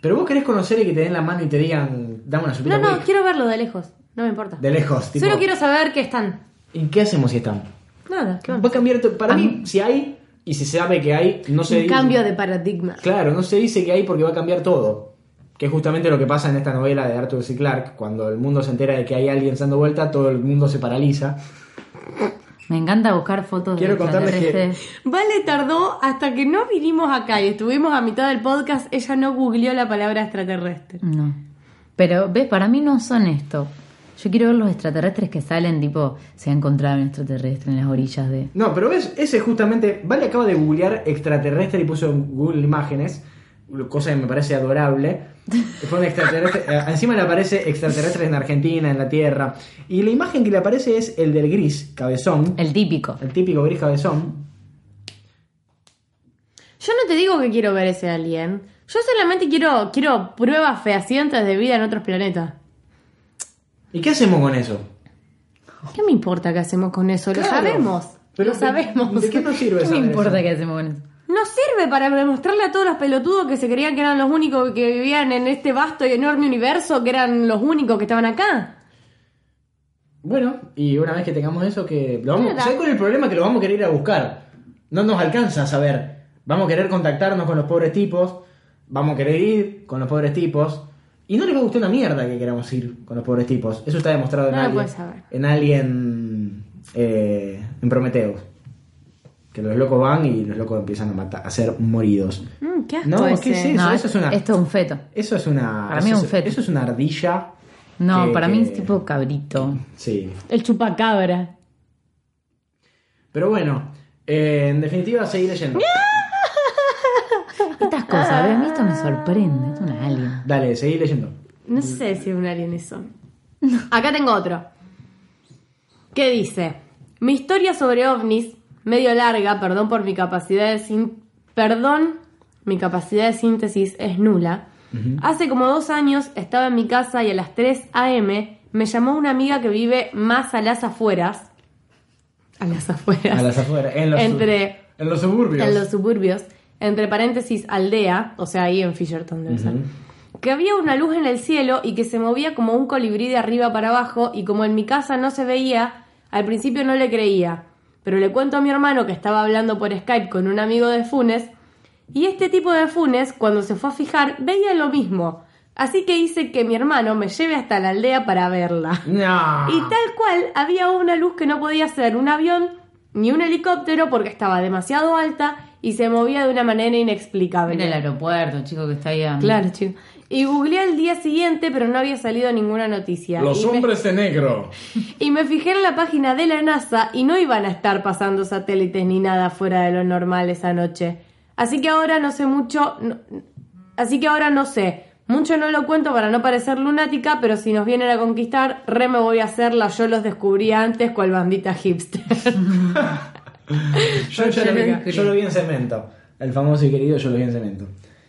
Speaker 3: Pero vos querés conocer y que te den la mano y te digan, dame una sopita
Speaker 1: No, no,
Speaker 3: Wick".
Speaker 1: quiero verlo de lejos. No me importa.
Speaker 3: de lejos. Tipo,
Speaker 1: Solo quiero saber que están.
Speaker 3: ¿Y qué hacemos si están?
Speaker 1: Nada, ¿qué
Speaker 3: Va
Speaker 1: onda?
Speaker 3: a cambiar to- para
Speaker 2: Ah.
Speaker 3: mí, si hay y si se sabe que hay, no se
Speaker 1: Un
Speaker 3: dice.
Speaker 1: cambio de paradigma.
Speaker 3: Claro, no se dice que hay porque va a cambiar todo. Que es justamente lo que pasa en esta novela de Arthur C. Clarke. Cuando el mundo se entera de que hay alguien dando vuelta, todo el mundo se paraliza.
Speaker 2: Me encanta buscar fotos
Speaker 3: Quiero
Speaker 2: de
Speaker 3: contarles que-
Speaker 2: extraterrestres.
Speaker 1: Vale tardó hasta que no vinimos acá y estuvimos a mitad del podcast. Ella no googleó la palabra extraterrestre.
Speaker 2: No. Pero, ¿ves? Para mí no son esto. Yo quiero ver los extraterrestres que salen, tipo, se ha encontrado un extraterrestre en las orillas de...
Speaker 3: No, pero ves, ese justamente. Vale, acaba de googlear extraterrestre y puso en Google Imágenes, cosa que me parece adorable. Fue un extraterrestre. *laughs* eh, Encima le aparece extraterrestres en Argentina, en la Tierra. Y la imagen que le aparece es el del gris, cabezón. El,
Speaker 2: El típico.
Speaker 3: típico gris cabezón.
Speaker 1: Yo no te digo que quiero ver ese alien. Yo solamente quiero, quiero pruebas fehacientes de vida en otros planetas.
Speaker 3: ¿Y qué hacemos con eso?
Speaker 1: ¿Qué me importa qué hacemos con eso? Lo
Speaker 3: Claro.
Speaker 1: sabemos.
Speaker 3: Pero
Speaker 1: lo
Speaker 3: ¿de-
Speaker 1: sabemos.
Speaker 3: de qué nos sirve
Speaker 2: No me
Speaker 3: saber
Speaker 2: importa *laughs*
Speaker 3: eso?
Speaker 2: qué hacemos con eso.
Speaker 1: No sirve para demostrarle a todos los pelotudos que se creían que eran los únicos que vivían en este vasto y enorme universo, que eran los únicos que estaban acá.
Speaker 3: Bueno, y una vez que tengamos eso, que lo vamos,
Speaker 1: Nada.
Speaker 3: ¿sabes cuál es el problema? Que lo vamos a querer ir a buscar. No nos alcanza a saber. Vamos a querer contactarnos con los pobres tipos. Vamos a querer ir con los pobres tipos. Y no les va a gustar una mierda que queramos ir con los pobres tipos. Eso está demostrado en
Speaker 1: No lo
Speaker 3: alguien.
Speaker 1: puedes saber.
Speaker 3: En alguien. eh, en Prometeos. Que los locos van y los locos empiezan a, matar, a ser moridos.
Speaker 1: Mm, qué asco
Speaker 3: No,
Speaker 1: ese.
Speaker 3: ¿qué es eso?
Speaker 2: No,
Speaker 3: eso es una.
Speaker 2: Esto es un feto.
Speaker 3: Eso es una.
Speaker 2: Para mí
Speaker 3: eso
Speaker 2: es un feto.
Speaker 3: Eso es una ardilla.
Speaker 2: No,
Speaker 3: que-
Speaker 2: para mí es
Speaker 3: que-
Speaker 2: tipo cabrito.
Speaker 3: Sí.
Speaker 1: El chupacabra.
Speaker 3: Pero bueno, eh, en definitiva, seguir leyendo.
Speaker 2: Estas cosas, ¿ves? a mí esto me sorprende. Es una alien.
Speaker 3: Dale, seguí
Speaker 1: *laughs*
Speaker 3: leyendo.
Speaker 1: No sé si es un alien eso. Acá tengo otro. ¿Qué dice? Mi historia sobre ovnis, medio larga, perdón por mi capacidad de sin... Perdón, mi capacidad de síntesis es nula. Hace como dos años estaba en mi casa y a las 3 a.m. me llamó una amiga que vive más a las afueras. A las afueras.
Speaker 3: A las afueras. En los,
Speaker 1: Entre-
Speaker 3: en los suburbios.
Speaker 1: En los suburbios, entre paréntesis, aldea, o sea, ahí en Fisherton debe ser. Que había una luz en el cielo y que se movía como un colibrí de arriba para abajo y como en mi casa no se veía, al principio no le creía. Pero le cuento a mi hermano que estaba hablando por Skype con un amigo de Funes y este tipo de Funes, cuando se fue a fijar, veía lo mismo. Así que hice que mi hermano me lleve hasta la aldea para verla.
Speaker 3: No.
Speaker 1: Y tal cual había una luz que no podía ser un avión ni un helicóptero porque estaba demasiado alta y se movía de una manera inexplicable.
Speaker 2: Mira el aeropuerto, chico, que está ahí. a-
Speaker 1: Claro, chico. Y googleé al día siguiente, pero no había salido ninguna noticia. y me- *laughs*
Speaker 3: de negro.
Speaker 1: y me fijé en la página de la NASA y no iban a estar pasando satélites ni nada fuera de lo normal esa noche. Así que ahora no sé mucho. no- así que ahora no sé. Mucho no lo cuento para no parecer lunática, pero si nos vienen a conquistar, re me voy a hacerla. Yo los descubrí antes cual bandita hipster.
Speaker 3: Yo, yo lo vi, yo lo vi en cemento. El famoso y querido yo lo vi en cemento.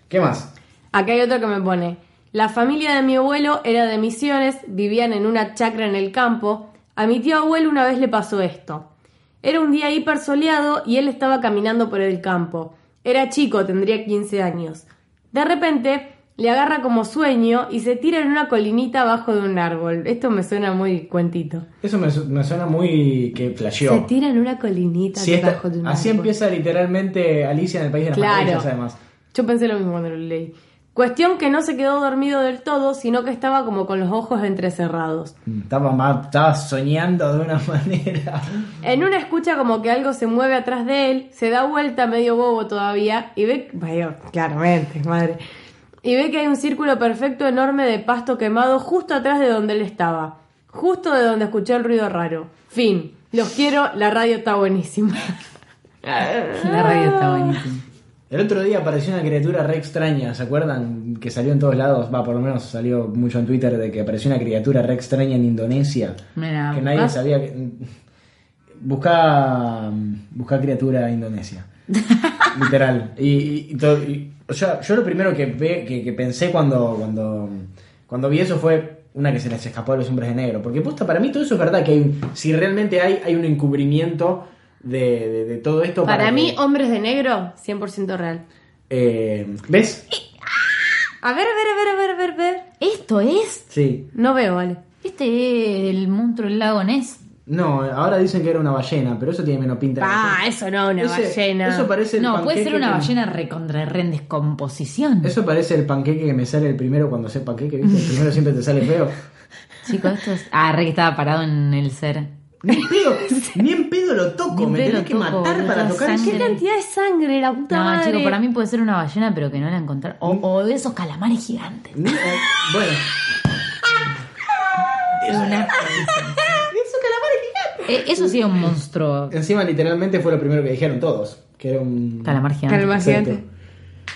Speaker 3: ¿Qué más?
Speaker 1: Acá hay otro que me pone. La familia de mi abuelo era de misiones, vivían en una chacra en el campo. A mi tío abuelo una vez le pasó esto. Era un día hiper soleado y él estaba caminando por el campo. Era chico, tendría 15 años. De repente le agarra como sueño y se tira en una colinita abajo de un árbol. Esto me suena muy cuentito.
Speaker 3: Eso me, su- me suena muy que
Speaker 1: Se
Speaker 3: flasheó.
Speaker 1: tira en una colinita
Speaker 3: Si esta-
Speaker 1: abajo de un árbol.
Speaker 3: así empieza literalmente Alicia en el País de las
Speaker 1: Claro.
Speaker 3: Maravillas, además.
Speaker 1: Yo pensé lo mismo cuando lo leí. Cuestión que no se quedó dormido del todo, sino que estaba como con los ojos entrecerrados.
Speaker 3: Mm, Estaba, ma- estaba soñando de una *laughs* manera.
Speaker 1: En una escucha como que algo se mueve atrás de él, se da vuelta medio bobo todavía y ve, vaya, claramente, madre, y ve que hay un círculo perfecto enorme de pasto quemado justo atrás de donde él estaba, justo de donde escuché el ruido raro. Fin. Los quiero, la radio está buenísima.
Speaker 2: La radio está buenísima.
Speaker 3: El otro día apareció una criatura re extraña, ¿se acuerdan? Que salió en todos lados, va, por lo menos salió mucho en Twitter de que apareció una criatura re extraña en Indonesia.
Speaker 1: Ah,
Speaker 2: Mira,
Speaker 3: que nadie
Speaker 2: ¿buscás?
Speaker 3: sabía que... Busca, busca
Speaker 1: *laughs*
Speaker 3: criatura Indonesia. Literal. Y, y- y to- y- o sea, yo lo primero que, ve- que, que pensé cuando, cuando, cuando vi eso fue una que se les escapó a los hombres de negro. Porque posta, para mí todo eso es verdad, que hay un- si realmente hay, hay un encubrimiento de, de- de todo esto.
Speaker 1: Para mí,
Speaker 3: que-
Speaker 1: hombres de negro, 100% real.
Speaker 3: Eh, ¿Ves?
Speaker 1: A ver, a ver, a ver, a ver, a ver, a ver.
Speaker 2: ¿Esto es?
Speaker 3: Sí.
Speaker 1: No veo, vale.
Speaker 2: ¿Este es el monstruo del lago Ness?
Speaker 3: No, ahora dicen que era una ballena, pero eso tiene menos pinta. de
Speaker 1: Ah,
Speaker 3: ballena.
Speaker 1: eso no, una
Speaker 3: Ese-
Speaker 1: ballena.
Speaker 3: Eso parece el
Speaker 2: No, puede
Speaker 3: panqueque
Speaker 2: ser una
Speaker 3: que-
Speaker 2: ballena recontra re en descomposición.
Speaker 3: Eso parece el panqueque que me sale el primero cuando sé panqueque, ¿viste? El primero siempre te sale feo.
Speaker 2: Chicos, esto es. Ah, re que estaba parado en el ser.
Speaker 3: Ni en pedo, ni en pedo lo
Speaker 2: Ni
Speaker 3: toco,
Speaker 2: en
Speaker 3: me
Speaker 2: pedo
Speaker 3: tenés
Speaker 2: lo
Speaker 3: que
Speaker 2: toco,
Speaker 3: matar
Speaker 2: boludo,
Speaker 3: para
Speaker 2: la
Speaker 3: tocar. ese-
Speaker 1: ¿Qué
Speaker 2: sangre.
Speaker 1: cantidad de sangre, la puta
Speaker 2: No,
Speaker 1: madre?
Speaker 2: chicos, para mí puede ser una ballena, pero que no la encontraron. O, o de esos calamares gigantes.
Speaker 3: Ni- eh, bueno,
Speaker 2: Una- Eh, eso sí es un monstruo.
Speaker 3: encima literalmente fue lo primero que dijeron todos, que era un
Speaker 2: Calamar gigante.
Speaker 1: Calamar *laughs*
Speaker 3: Exacto.
Speaker 1: gigante.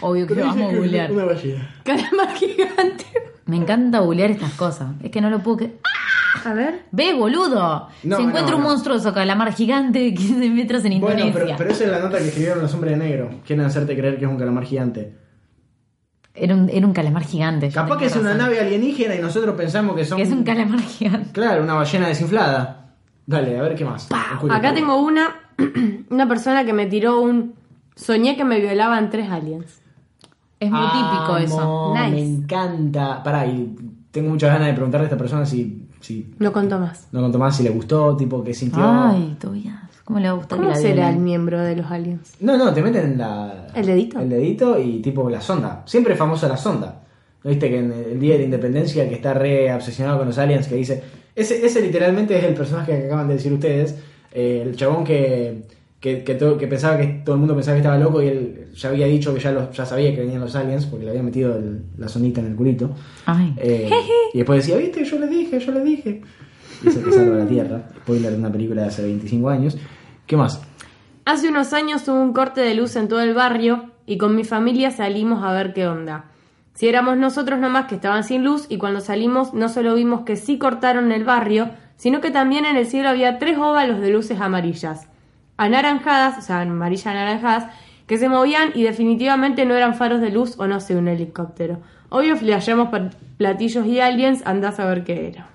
Speaker 2: Obvio que lo vamos a googlear.
Speaker 3: Una ballena.
Speaker 1: Calamar gigante.
Speaker 2: Me encanta googlear estas cosas. Es que no lo puedo creer.
Speaker 1: A ver.
Speaker 2: ¡Ve, boludo!
Speaker 3: No,
Speaker 2: se encuentra
Speaker 3: no,
Speaker 2: un
Speaker 3: no.
Speaker 2: monstruoso calamar gigante de 15 metros en
Speaker 3: Bueno,
Speaker 2: Indonesia.
Speaker 3: pero, pero esa es la nota que escribieron los hombres de negro. Quieren hacerte creer que es un calamar gigante.
Speaker 2: Era, un, era un calamar gigante. yo
Speaker 3: Capaz que es
Speaker 2: tenía
Speaker 3: una
Speaker 2: razón.
Speaker 3: nave alienígena y nosotros pensamos que son.
Speaker 2: Que es un calamar gigante.
Speaker 3: Claro, una ballena desinflada. Dale, a ver qué más. Julio.
Speaker 1: Acá tengo una, *clears throat* una persona que me tiró un. Soñé que me violaban tres aliens.
Speaker 2: Es muy típico eso.
Speaker 3: Amo, Ah, Me
Speaker 1: Nice.
Speaker 3: encanta. Pará, y tengo muchas ganas de preguntarle a esta persona si. si
Speaker 1: No contó más.
Speaker 3: no contó más, si le gustó, tipo, qué sintió.
Speaker 2: Ay, Tobias. ¿Cómo le va a gustar que
Speaker 1: ¿Cómo
Speaker 2: la
Speaker 1: será el
Speaker 2: violen?
Speaker 1: miembro de los aliens?
Speaker 3: No, no, te meten en la.
Speaker 1: ¿El dedito?
Speaker 3: El dedito y tipo la sonda. Siempre es famosa la sonda. ¿No viste que en el día de la independencia el que está re obsesionado con los aliens que dice. Ese, ese literalmente es el personaje que acaban de decir ustedes. eh, el chabón que. Que, que todo- que pensaba que todo el mundo pensaba que estaba loco y él ya había dicho que ya, los, ya sabía que venían los aliens porque le había metido el- la sondita en el culito.
Speaker 2: Ay.
Speaker 3: Eh, y después decía, viste, yo le dije, yo le dije. Y se salva la Tierra. Spoiler de una película de hace 25 años. ¿Qué más?
Speaker 1: Hace unos años hubo un corte de luz en todo el barrio y con mi familia salimos a ver qué onda. Si éramos nosotros nomás que estaban sin luz y cuando salimos no solo vimos que sí cortaron el barrio, sino que también en el cielo había tres óvalos de luces amarillas, anaranjadas, o sea, amarillas anaranjadas, que se movían y definitivamente no eran faros de luz o no sé, un helicóptero. Obvio flasheamos pa- platillos y aliens, andás a ver qué era.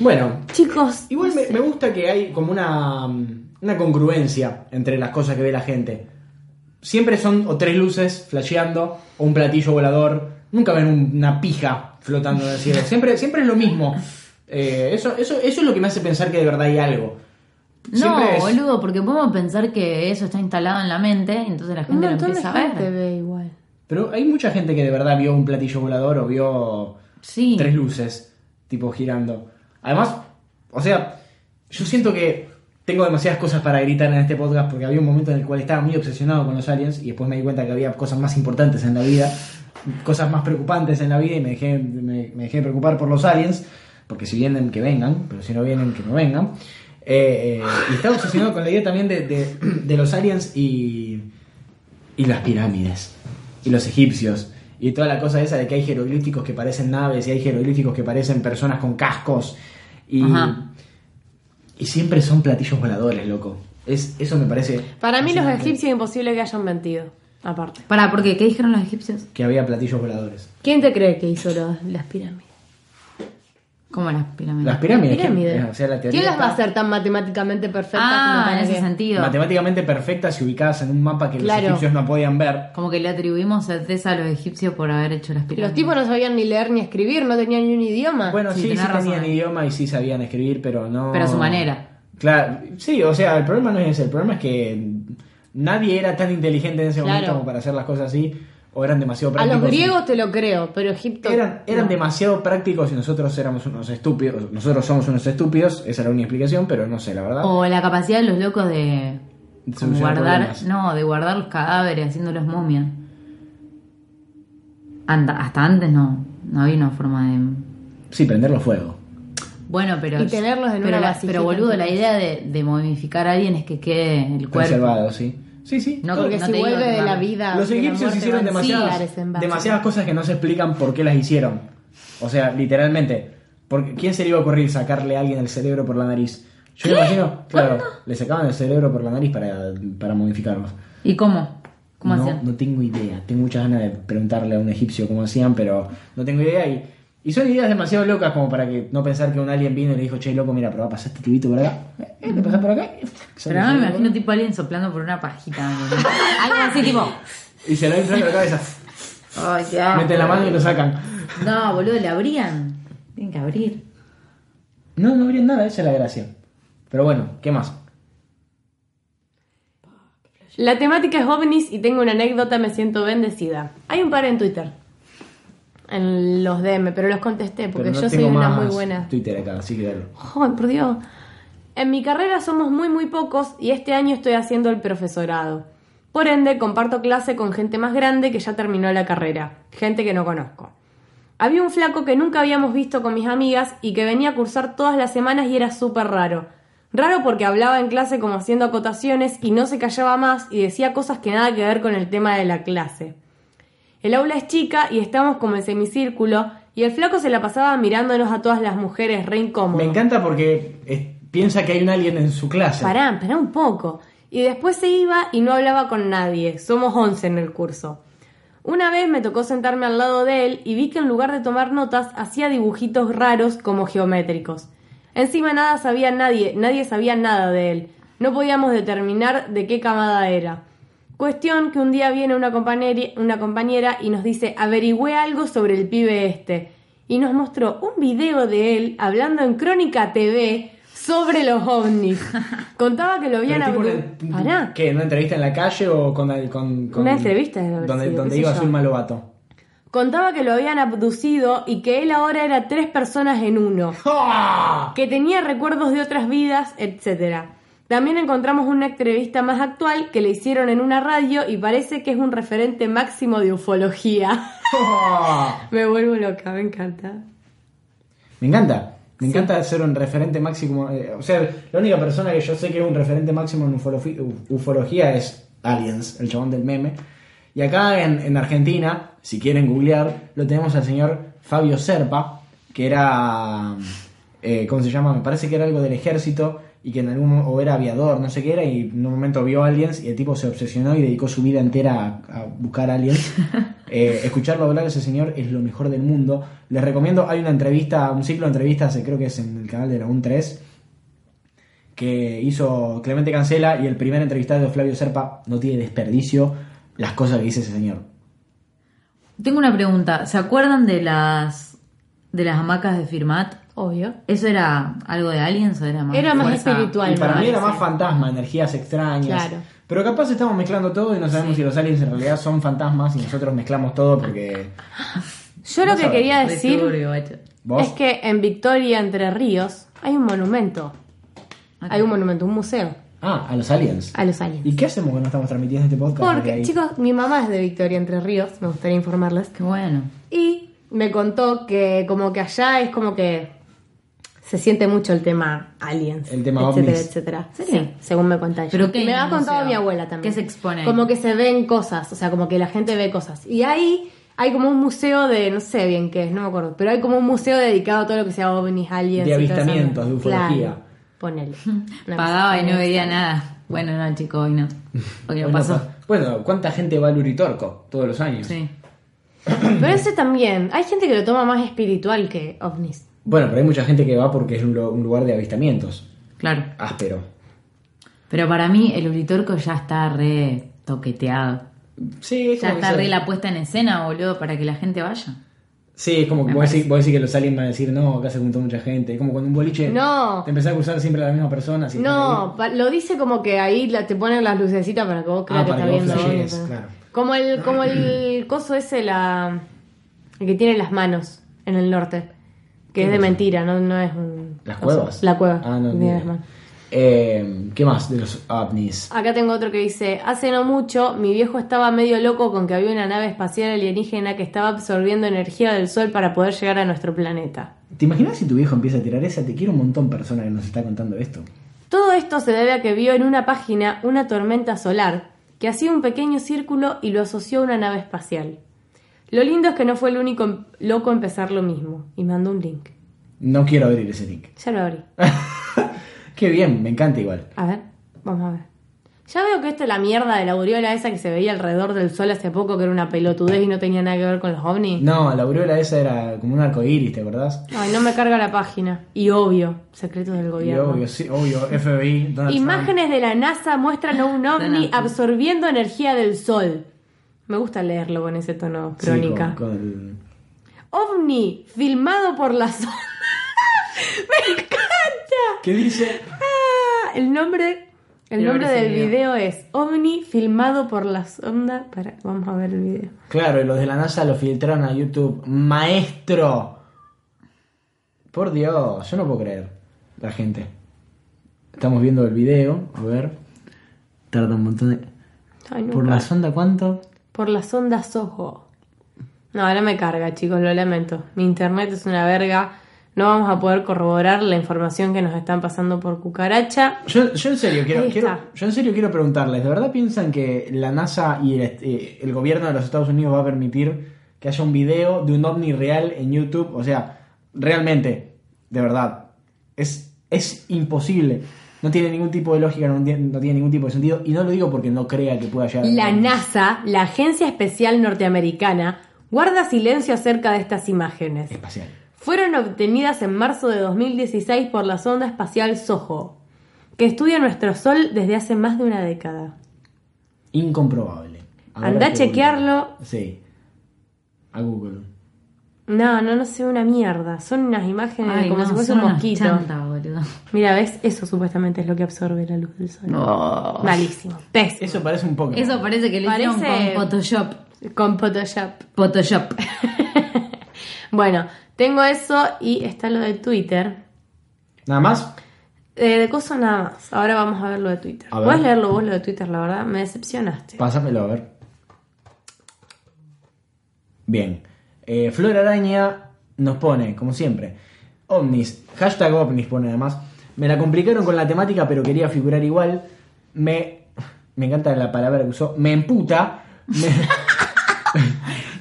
Speaker 3: Bueno,
Speaker 1: Chicos,
Speaker 3: Igual me, me gusta que hay como una, mm, una congruencia entre las cosas que ve la gente. Siempre son o tres luces flasheando, o un platillo volador. Nunca ven un- una pija flotando en el cielo. Siempre, siempre es lo mismo. Eh, eso, eso, eso es lo que me hace pensar que de verdad hay algo.
Speaker 2: No,
Speaker 3: Siempre es-
Speaker 2: boludo, porque podemos pensar que eso está instalado en la mente, entonces la
Speaker 1: un
Speaker 2: gente lo
Speaker 1: montón de
Speaker 2: empieza a
Speaker 1: gente
Speaker 2: ver.
Speaker 1: ve igual.
Speaker 3: Pero hay mucha gente que de verdad vio un platillo volador o vio
Speaker 2: Sí.
Speaker 3: tres luces, tipo girando. Además, o sea, yo siento que tengo demasiadas cosas para gritar en este podcast porque había un momento en el cual estaba muy obsesionado con los aliens y después me di cuenta que había cosas más importantes en la vida, cosas más preocupantes en la vida y me dejé, me, me dejé preocupar por los aliens, porque si vienen que vengan, pero si no vienen que no vengan. Eh, eh, y estaba obsesionado con la idea también de, de- de los aliens y, y las pirámides. Y los egipcios. Y toda la cosa esa de que hay jeroglíficos que parecen naves y hay jeroglíficos que parecen personas con cascos. Y,
Speaker 2: Ajá.
Speaker 3: y siempre son platillos voladores, loco. Es, eso me parece.
Speaker 1: Para mí los
Speaker 3: fascinante,
Speaker 1: egipcios es imposible que hayan mentido, aparte.
Speaker 2: Pará, porque ¿qué dijeron los egipcios?
Speaker 3: Que había platillos voladores.
Speaker 1: ¿Quién te cree que hizo lo- las pirámides?
Speaker 2: ¿Cómo las pirámides?
Speaker 3: Las pirámides.
Speaker 1: Pirámides.
Speaker 3: que- o sea, la teoría
Speaker 1: ¿Quién las va a
Speaker 3: está
Speaker 1: hacer tan matemáticamente perfectas? como
Speaker 2: ah,
Speaker 1: para
Speaker 2: en ese
Speaker 1: que-
Speaker 2: sentido.
Speaker 3: Matemáticamente perfectas y ubicadas en un mapa que
Speaker 1: Claro.
Speaker 3: los egipcios no podían ver.
Speaker 2: Como que le atribuimos certeza a los egipcios por haber hecho las pirámides.
Speaker 1: Los tipos no sabían ni leer ni escribir, no tenían ni un idioma.
Speaker 3: Bueno,
Speaker 2: Sí,
Speaker 3: sí, sí
Speaker 2: tenés razón
Speaker 3: tenían
Speaker 2: ahí.
Speaker 3: idioma y sí sabían escribir, pero no.
Speaker 2: Pero a su manera.
Speaker 3: Claro, sí, o sea, el problema no es ese, el problema es que nadie era tan inteligente en ese
Speaker 1: Claro.
Speaker 3: momento como para hacer las cosas así, o eran demasiado
Speaker 1: a
Speaker 3: prácticos.
Speaker 1: los griegos te lo creo, pero Egipto.
Speaker 3: Eran, eran
Speaker 1: no.
Speaker 3: demasiado prácticos y nosotros éramos unos estúpidos. Nosotros somos unos estúpidos, esa era la única explicación, pero no sé, la verdad.
Speaker 1: Oh.
Speaker 2: O la capacidad de los locos de
Speaker 3: De
Speaker 2: como
Speaker 3: solucionar
Speaker 2: guardar,
Speaker 3: problemas.
Speaker 2: no, de guardar los cadáveres haciéndolos momias. Anda- hasta antes no, no había una forma de
Speaker 3: Sí, prenderlo fuego.
Speaker 2: bueno, pero
Speaker 1: Y tenerlos en
Speaker 2: pero,
Speaker 1: una
Speaker 2: la-
Speaker 1: vasijita
Speaker 2: pero boludo, la
Speaker 1: entera.
Speaker 2: idea de, de momificar a alguien es que quede el cuerpo.
Speaker 3: Preservado, sí. Sí, sí.
Speaker 2: No,
Speaker 3: todo.
Speaker 1: Porque
Speaker 2: No
Speaker 1: si
Speaker 2: te digo
Speaker 1: vuelve
Speaker 2: que
Speaker 1: de
Speaker 2: van.
Speaker 1: la vida.
Speaker 3: Los
Speaker 1: de la
Speaker 3: egipcios
Speaker 1: muerte,
Speaker 3: hicieron
Speaker 1: van
Speaker 3: demasiadas,
Speaker 1: cigares en vaso.
Speaker 3: demasiadas cosas que no se explican por qué las hicieron. O sea, literalmente. Porque, ¿Quién se le iba a ocurrir sacarle a alguien el cerebro por la nariz? Yo me imagino, claro, le sacaban el cerebro por la nariz para, para modificarlos.
Speaker 2: ¿Y cómo? ¿Cómo
Speaker 3: no,
Speaker 2: hacían?
Speaker 3: no tengo idea. Tengo muchas ganas de preguntarle a un egipcio cómo hacían, pero no tengo idea. Y Y son ideas demasiado locas como para que no pensar que un alien vino y le dijo, che, loco, mira, probá, pasá este tubito por acá. Eh, eh, lo pasás por acá. y-
Speaker 2: Pero ahora me imagino tipo alguien soplando por una pajita.
Speaker 1: *laughs*
Speaker 2: boludo. Algo así tipo.
Speaker 3: Y se lo inflan en la cabeza.
Speaker 2: Ay, qué asco.
Speaker 3: Meten la mano y lo sacan.
Speaker 2: No, boludo, le abrían. Tienen que abrir.
Speaker 3: No, no abrían nada, esa es la gracia. Pero bueno, ¿qué más?
Speaker 1: La temática es ovnis y tengo una anécdota, me siento bendecida. Hay un par en Twitter, en los DM, pero los contesté porque
Speaker 3: Pero no
Speaker 1: yo soy
Speaker 3: tengo
Speaker 1: una
Speaker 3: más
Speaker 1: muy buena.
Speaker 3: Twitter acá, así que dale.
Speaker 1: Joder, por Dios. En mi carrera somos muy, muy pocos y este año estoy haciendo el profesorado. Por ende, comparto clase con gente más grande que ya terminó la carrera, gente que no conozco. Había un flaco que nunca habíamos visto con mis amigas y que venía a cursar todas las semanas y era súper raro. Raro porque hablaba en clase como haciendo acotaciones y no se callaba más y decía cosas que nada que ver con el tema de la clase. El aula es chica y estamos como en semicírculo y el flaco se la pasaba mirándonos a todas las mujeres re incómodo.
Speaker 3: Me encanta porque eh, piensa que hay un alien en su clase.
Speaker 1: Pará, pará un poco. Y después se iba y no hablaba con nadie. Somos 11 en el curso. Una vez me tocó sentarme al lado de él y vi que en lugar de tomar notas hacía dibujitos raros como geométricos. Encima nada sabía nadie, nadie sabía nada de él. No podíamos determinar de qué camada era. Cuestión que un día viene una compañera, una compañera y nos dice averigüé algo sobre el pibe este. Y nos mostró un video de él hablando en Crónica TV sobre los
Speaker 3: *laughs*
Speaker 1: ovnis. Contaba que lo
Speaker 3: Pero
Speaker 1: habían
Speaker 3: tipo
Speaker 1: abru-
Speaker 3: una-
Speaker 1: Pará.
Speaker 3: ¿Qué? ¿Una entrevista en la calle o con... con, con-
Speaker 1: Una entrevista debe haber
Speaker 3: Donde,
Speaker 1: sido,
Speaker 3: donde
Speaker 1: qué
Speaker 3: iba
Speaker 1: sé yo.
Speaker 3: Zulma Lobato.
Speaker 1: Contaba que lo habían abducido y que él ahora era tres personas en uno,
Speaker 3: ¡Ah!
Speaker 1: que tenía recuerdos de otras vidas, etc. También encontramos una entrevista más actual que le hicieron en una radio y parece que es un referente máximo de ufología. *laughs*
Speaker 3: ¡Ah!
Speaker 1: me vuelvo loca, me encanta.
Speaker 3: Me encanta. Me encanta ser un referente máximo. eh, o sea, la única persona que yo sé que es un referente máximo en ufolofi- u- ufología es Aliens, el chabón del meme. Y acá en, en Argentina, si quieren googlear, lo tenemos al señor Fabio Serpa, que era. eh, ¿Cómo se llama? Me parece que era algo del ejército y que en algún mo- o era aviador, no sé qué era, y en un momento vio aliens y el tipo se obsesionó y dedicó su vida entera a, a buscar aliens. Eh, escucharlo hablar a ese señor es lo mejor del mundo. Les recomiendo, hay una entrevista, un ciclo de entrevistas, eh, creo que es en el canal de la UN3, que hizo Clemente Cancela y el primer entrevistado de Flavio Serpa no tiene desperdicio las cosas que dice ese señor.
Speaker 2: Tengo una pregunta. ¿Se acuerdan de las de las hamacas de Firmat?
Speaker 1: Obvio.
Speaker 2: ¿Eso era algo de aliens o era más
Speaker 1: Era más
Speaker 2: fuerza?
Speaker 1: espiritual.
Speaker 3: Y para
Speaker 1: me
Speaker 3: mí era
Speaker 1: parece.
Speaker 3: más fantasma, energías extrañas.
Speaker 1: Claro.
Speaker 3: Pero capaz estamos mezclando todo y no sabemos si los aliens en realidad son fantasmas y nosotros mezclamos todo porque
Speaker 1: Yo lo
Speaker 3: No
Speaker 1: que
Speaker 3: sabe,
Speaker 1: quería
Speaker 2: Re
Speaker 1: decir
Speaker 2: turbio, guacho.
Speaker 3: vos...
Speaker 1: es que en Victoria, Entre Ríos, hay un monumento.
Speaker 2: Ok.
Speaker 1: Hay un monumento, un museo
Speaker 3: Ah, a los aliens.
Speaker 1: a los aliens.
Speaker 3: ¿Y qué hacemos que no estamos transmitiendo este podcast? desde
Speaker 1: Porque,
Speaker 3: ahí?
Speaker 1: chicos, mi mamá es de Victoria, Entre Ríos, me gustaría informarles.
Speaker 2: Qué bueno.
Speaker 1: Y me contó que como que allá es como que se siente mucho el tema aliens,
Speaker 3: El tema
Speaker 1: etcétera,
Speaker 3: ovnis.
Speaker 1: etcétera.
Speaker 2: ¿En serio?
Speaker 1: Sí, según me contó ella.
Speaker 2: ¿Pero qué
Speaker 1: Y
Speaker 2: hay
Speaker 1: me
Speaker 2: en
Speaker 1: ha
Speaker 2: el
Speaker 1: contado
Speaker 2: museo?
Speaker 1: mi abuela también.
Speaker 2: ¿Qué se expone ahí?
Speaker 1: Como que se ven cosas, o sea, como que la gente ve cosas. Y ahí hay como un museo de, no sé bien qué es, no me acuerdo, pero hay como un museo dedicado a todo lo que sea ovnis, aliens.
Speaker 3: De
Speaker 1: y toda esa mierda.
Speaker 3: avistamientos, de ufología.
Speaker 1: Claro, ponele. Una
Speaker 2: *laughs* Pagaba
Speaker 1: cosa
Speaker 2: y no
Speaker 1: así.
Speaker 2: veía nada. Bueno, no, chico, hoy *laughs* no. Hoy no
Speaker 3: Bueno,
Speaker 2: pasó.
Speaker 3: pa- Bueno, ¿cuánta gente va al Uritorco todos los años?
Speaker 2: Sí.
Speaker 1: Pero ese también, hay gente que lo toma más espiritual que ovnis.
Speaker 3: Bueno, pero hay mucha gente que va porque es un, lu- un lugar de avistamientos.
Speaker 2: Claro.
Speaker 3: Áspero.
Speaker 2: Pero para mí el Uritorco ya está re toqueteado.
Speaker 3: Sí, es
Speaker 2: Ya
Speaker 3: como que
Speaker 2: está
Speaker 3: se-
Speaker 2: re la puesta en escena, boludo, para que la gente vaya.
Speaker 3: Sí, es como que
Speaker 2: Me
Speaker 3: vos decís,
Speaker 2: parece.
Speaker 3: vos decís que los aliens van a decir, no, acá se juntó mucha gente. Es como cuando un boliche
Speaker 1: No.
Speaker 3: te empezás a cruzar siempre a la misma persona. si están ahí.
Speaker 1: No, pa- lo dice como que ahí la- te ponen las lucecitas para que vos creas
Speaker 3: Ah,
Speaker 1: que
Speaker 3: para
Speaker 1: está
Speaker 3: que vos
Speaker 1: viendo.
Speaker 3: flashees,
Speaker 1: ovnis, ¿no?
Speaker 3: claro.
Speaker 1: Como el, como
Speaker 3: *clears throat*
Speaker 1: el coso ese, la el que tiene las manos en el norte. Que es de mentira, no, no es un.
Speaker 3: ¿Las
Speaker 1: coso.
Speaker 3: cuevas?
Speaker 1: La cueva.
Speaker 3: Ah, no.
Speaker 1: que tiene
Speaker 3: ni
Speaker 1: las
Speaker 3: idea.
Speaker 1: manos.
Speaker 3: Eh, ¿Qué más de los ovnis?
Speaker 1: Acá tengo otro que dice: Hace no mucho, mi viejo estaba medio loco con que había una nave espacial alienígena que estaba absorbiendo energía del sol para poder llegar a nuestro planeta.
Speaker 3: ¿Te imaginas si tu viejo empieza a tirar esa? Te quiero un montón persona que nos está contando esto.
Speaker 1: Todo esto se debe a que vio en una página una tormenta solar que hacía un pequeño círculo y lo asoció a una nave espacial. Lo lindo es que no fue el único em- loco en pensar lo mismo y mandó un link.
Speaker 3: No quiero abrir ese link. *laughs*
Speaker 1: Ya lo abrí.
Speaker 3: Qué bien, me encanta igual.
Speaker 1: A ver, vamos a ver. Ya veo que esto es la mierda de la aureola esa que se veía alrededor del sol hace poco, que era una pelotudez y no tenía nada que ver con los ovnis.
Speaker 3: No, la aureola esa era como un arco iris, ¿te acordás?
Speaker 1: Ay, no me carga la página. Y obvio, secretos del
Speaker 3: Y
Speaker 1: gobierno.
Speaker 3: obvio, sí, obvio, FBI, Donald Trump.
Speaker 1: Imágenes de la NASA muestran a un ovni absorbiendo energía del sol. Me gusta leerlo con ese tono
Speaker 3: Sí, con-
Speaker 1: crónica.
Speaker 3: con el-
Speaker 1: ovni filmado por la sonda. *laughs* ¡Me encanta!
Speaker 3: ¿Qué dice?
Speaker 1: Ah, el nombre, el
Speaker 2: Quiero
Speaker 1: nombre
Speaker 2: ver ese
Speaker 1: del
Speaker 2: video.
Speaker 1: video. es ovni filmado por la sonda. Para, vamos a ver el video.
Speaker 3: Claro, y los de la NASA lo filtraron a YouTube. ¡Maestro! Por Dios, yo no puedo creer. La gente. Estamos viendo el video, a ver. Tarda un montón de.
Speaker 1: Ay, no,
Speaker 3: ¿Por
Speaker 1: car-
Speaker 3: la sonda cuánto?
Speaker 1: por la sonda Soho. No, ahora me carga, chicos, lo lamento. Mi internet es una verga. No vamos a poder corroborar la información que nos están pasando por cucaracha.
Speaker 3: Yo, yo en serio quiero,
Speaker 1: Ahí está.
Speaker 3: quiero- yo en serio quiero preguntarles, ¿de verdad piensan que la NASA y el, eh, el gobierno de los Estados Unidos va a permitir que haya un video de un ovni real en YouTube? O sea, realmente, de verdad, es, es imposible. No tiene ningún tipo de lógica, no tiene, no tiene ningún tipo de sentido. Y no lo digo porque no crea que pueda llegar.
Speaker 1: La NASA, la Agencia Especial Norteamericana, guarda silencio acerca de estas imágenes.
Speaker 3: Espacial.
Speaker 1: Fueron obtenidas en marzo de 2016 por la sonda espacial SOHO, que estudia nuestro Sol desde hace más de una década.
Speaker 3: Incomprobable. Ahora
Speaker 1: Andá a
Speaker 3: que-
Speaker 1: chequearlo.
Speaker 3: Sí. A Google.
Speaker 1: No, no, no sé una mierda. Son unas imágenes
Speaker 2: Ay,
Speaker 1: Eh, como
Speaker 2: no,
Speaker 1: si fuese
Speaker 2: son
Speaker 1: un
Speaker 2: unos
Speaker 1: mosquito.
Speaker 2: chanta, boludo.
Speaker 1: Mira, ¿ves? Eso supuestamente es lo que absorbe la luz del sol. Malísimo. Pésimo.
Speaker 3: Eso parece un Pokémon.
Speaker 2: Eso parece que lo hicieron
Speaker 1: Parece-
Speaker 2: con Photoshop.
Speaker 1: Con Photoshop.
Speaker 2: Photoshop.
Speaker 1: bueno, tengo eso y está lo de Twitter.
Speaker 3: Nada más.
Speaker 1: Eh, de cosas nada más. Ahora vamos a ver lo de Twitter.
Speaker 3: A ver.
Speaker 1: Puedes leerlo vos lo de Twitter, la verdad. Me decepcionaste.
Speaker 3: Pásamelo a ver. Bien. Eh, Flor Araña nos pone, como siempre, ovnis. Hashtag ovnis pone además. Me la complicaron con la temática, pero quería figurar igual. Me. Me encanta la palabra que usó. Me emputa. Me,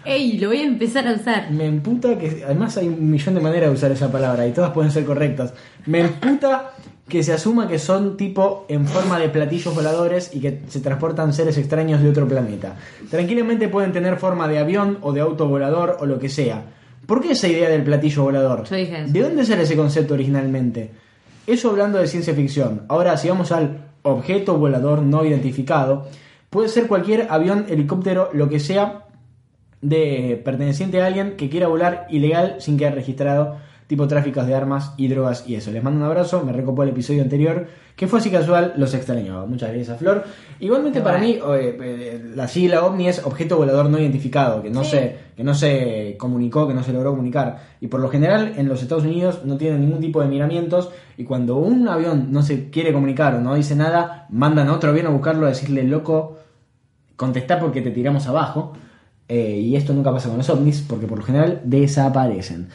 Speaker 2: Ey, lo voy a empezar a usar.
Speaker 3: me emputa que. Además, hay un millón de maneras de usar esa palabra y todas pueden ser correctas. Me emputa que se asuma que son tipo en forma de platillos voladores y que se transportan seres extraños de otro planeta. Tranquilamente pueden tener forma de avión o de auto volador o lo que sea. ¿Por qué esa idea del platillo volador?
Speaker 2: Yo dije eso.
Speaker 3: ¿De dónde sale ese concepto originalmente? Eso hablando de ciencia ficción. Ahora, si vamos al objeto volador no identificado, puede ser cualquier avión, helicóptero, lo que sea, de perteneciente a alguien que quiera volar ilegal sin quedar registrado, tipo tráficos de armas y drogas y eso. Les mando un abrazo, me recopó el episodio anterior, que fue así casual, los extrañaba. Muchas gracias, Flor. Igualmente
Speaker 2: Qué
Speaker 3: para
Speaker 2: guay.
Speaker 3: mí, o, eh, eh, la sigla OVNI es objeto volador no identificado, que no, se, que no se comunicó, que no se logró comunicar. Y por lo general en los Estados Unidos no tienen ningún tipo de miramientos y cuando un avión no se quiere comunicar o no dice nada, mandan a otro avión a buscarlo a decirle, loco, contestar porque te tiramos abajo. Eh, y esto nunca pasa con los ovnis, porque por lo general desaparecen.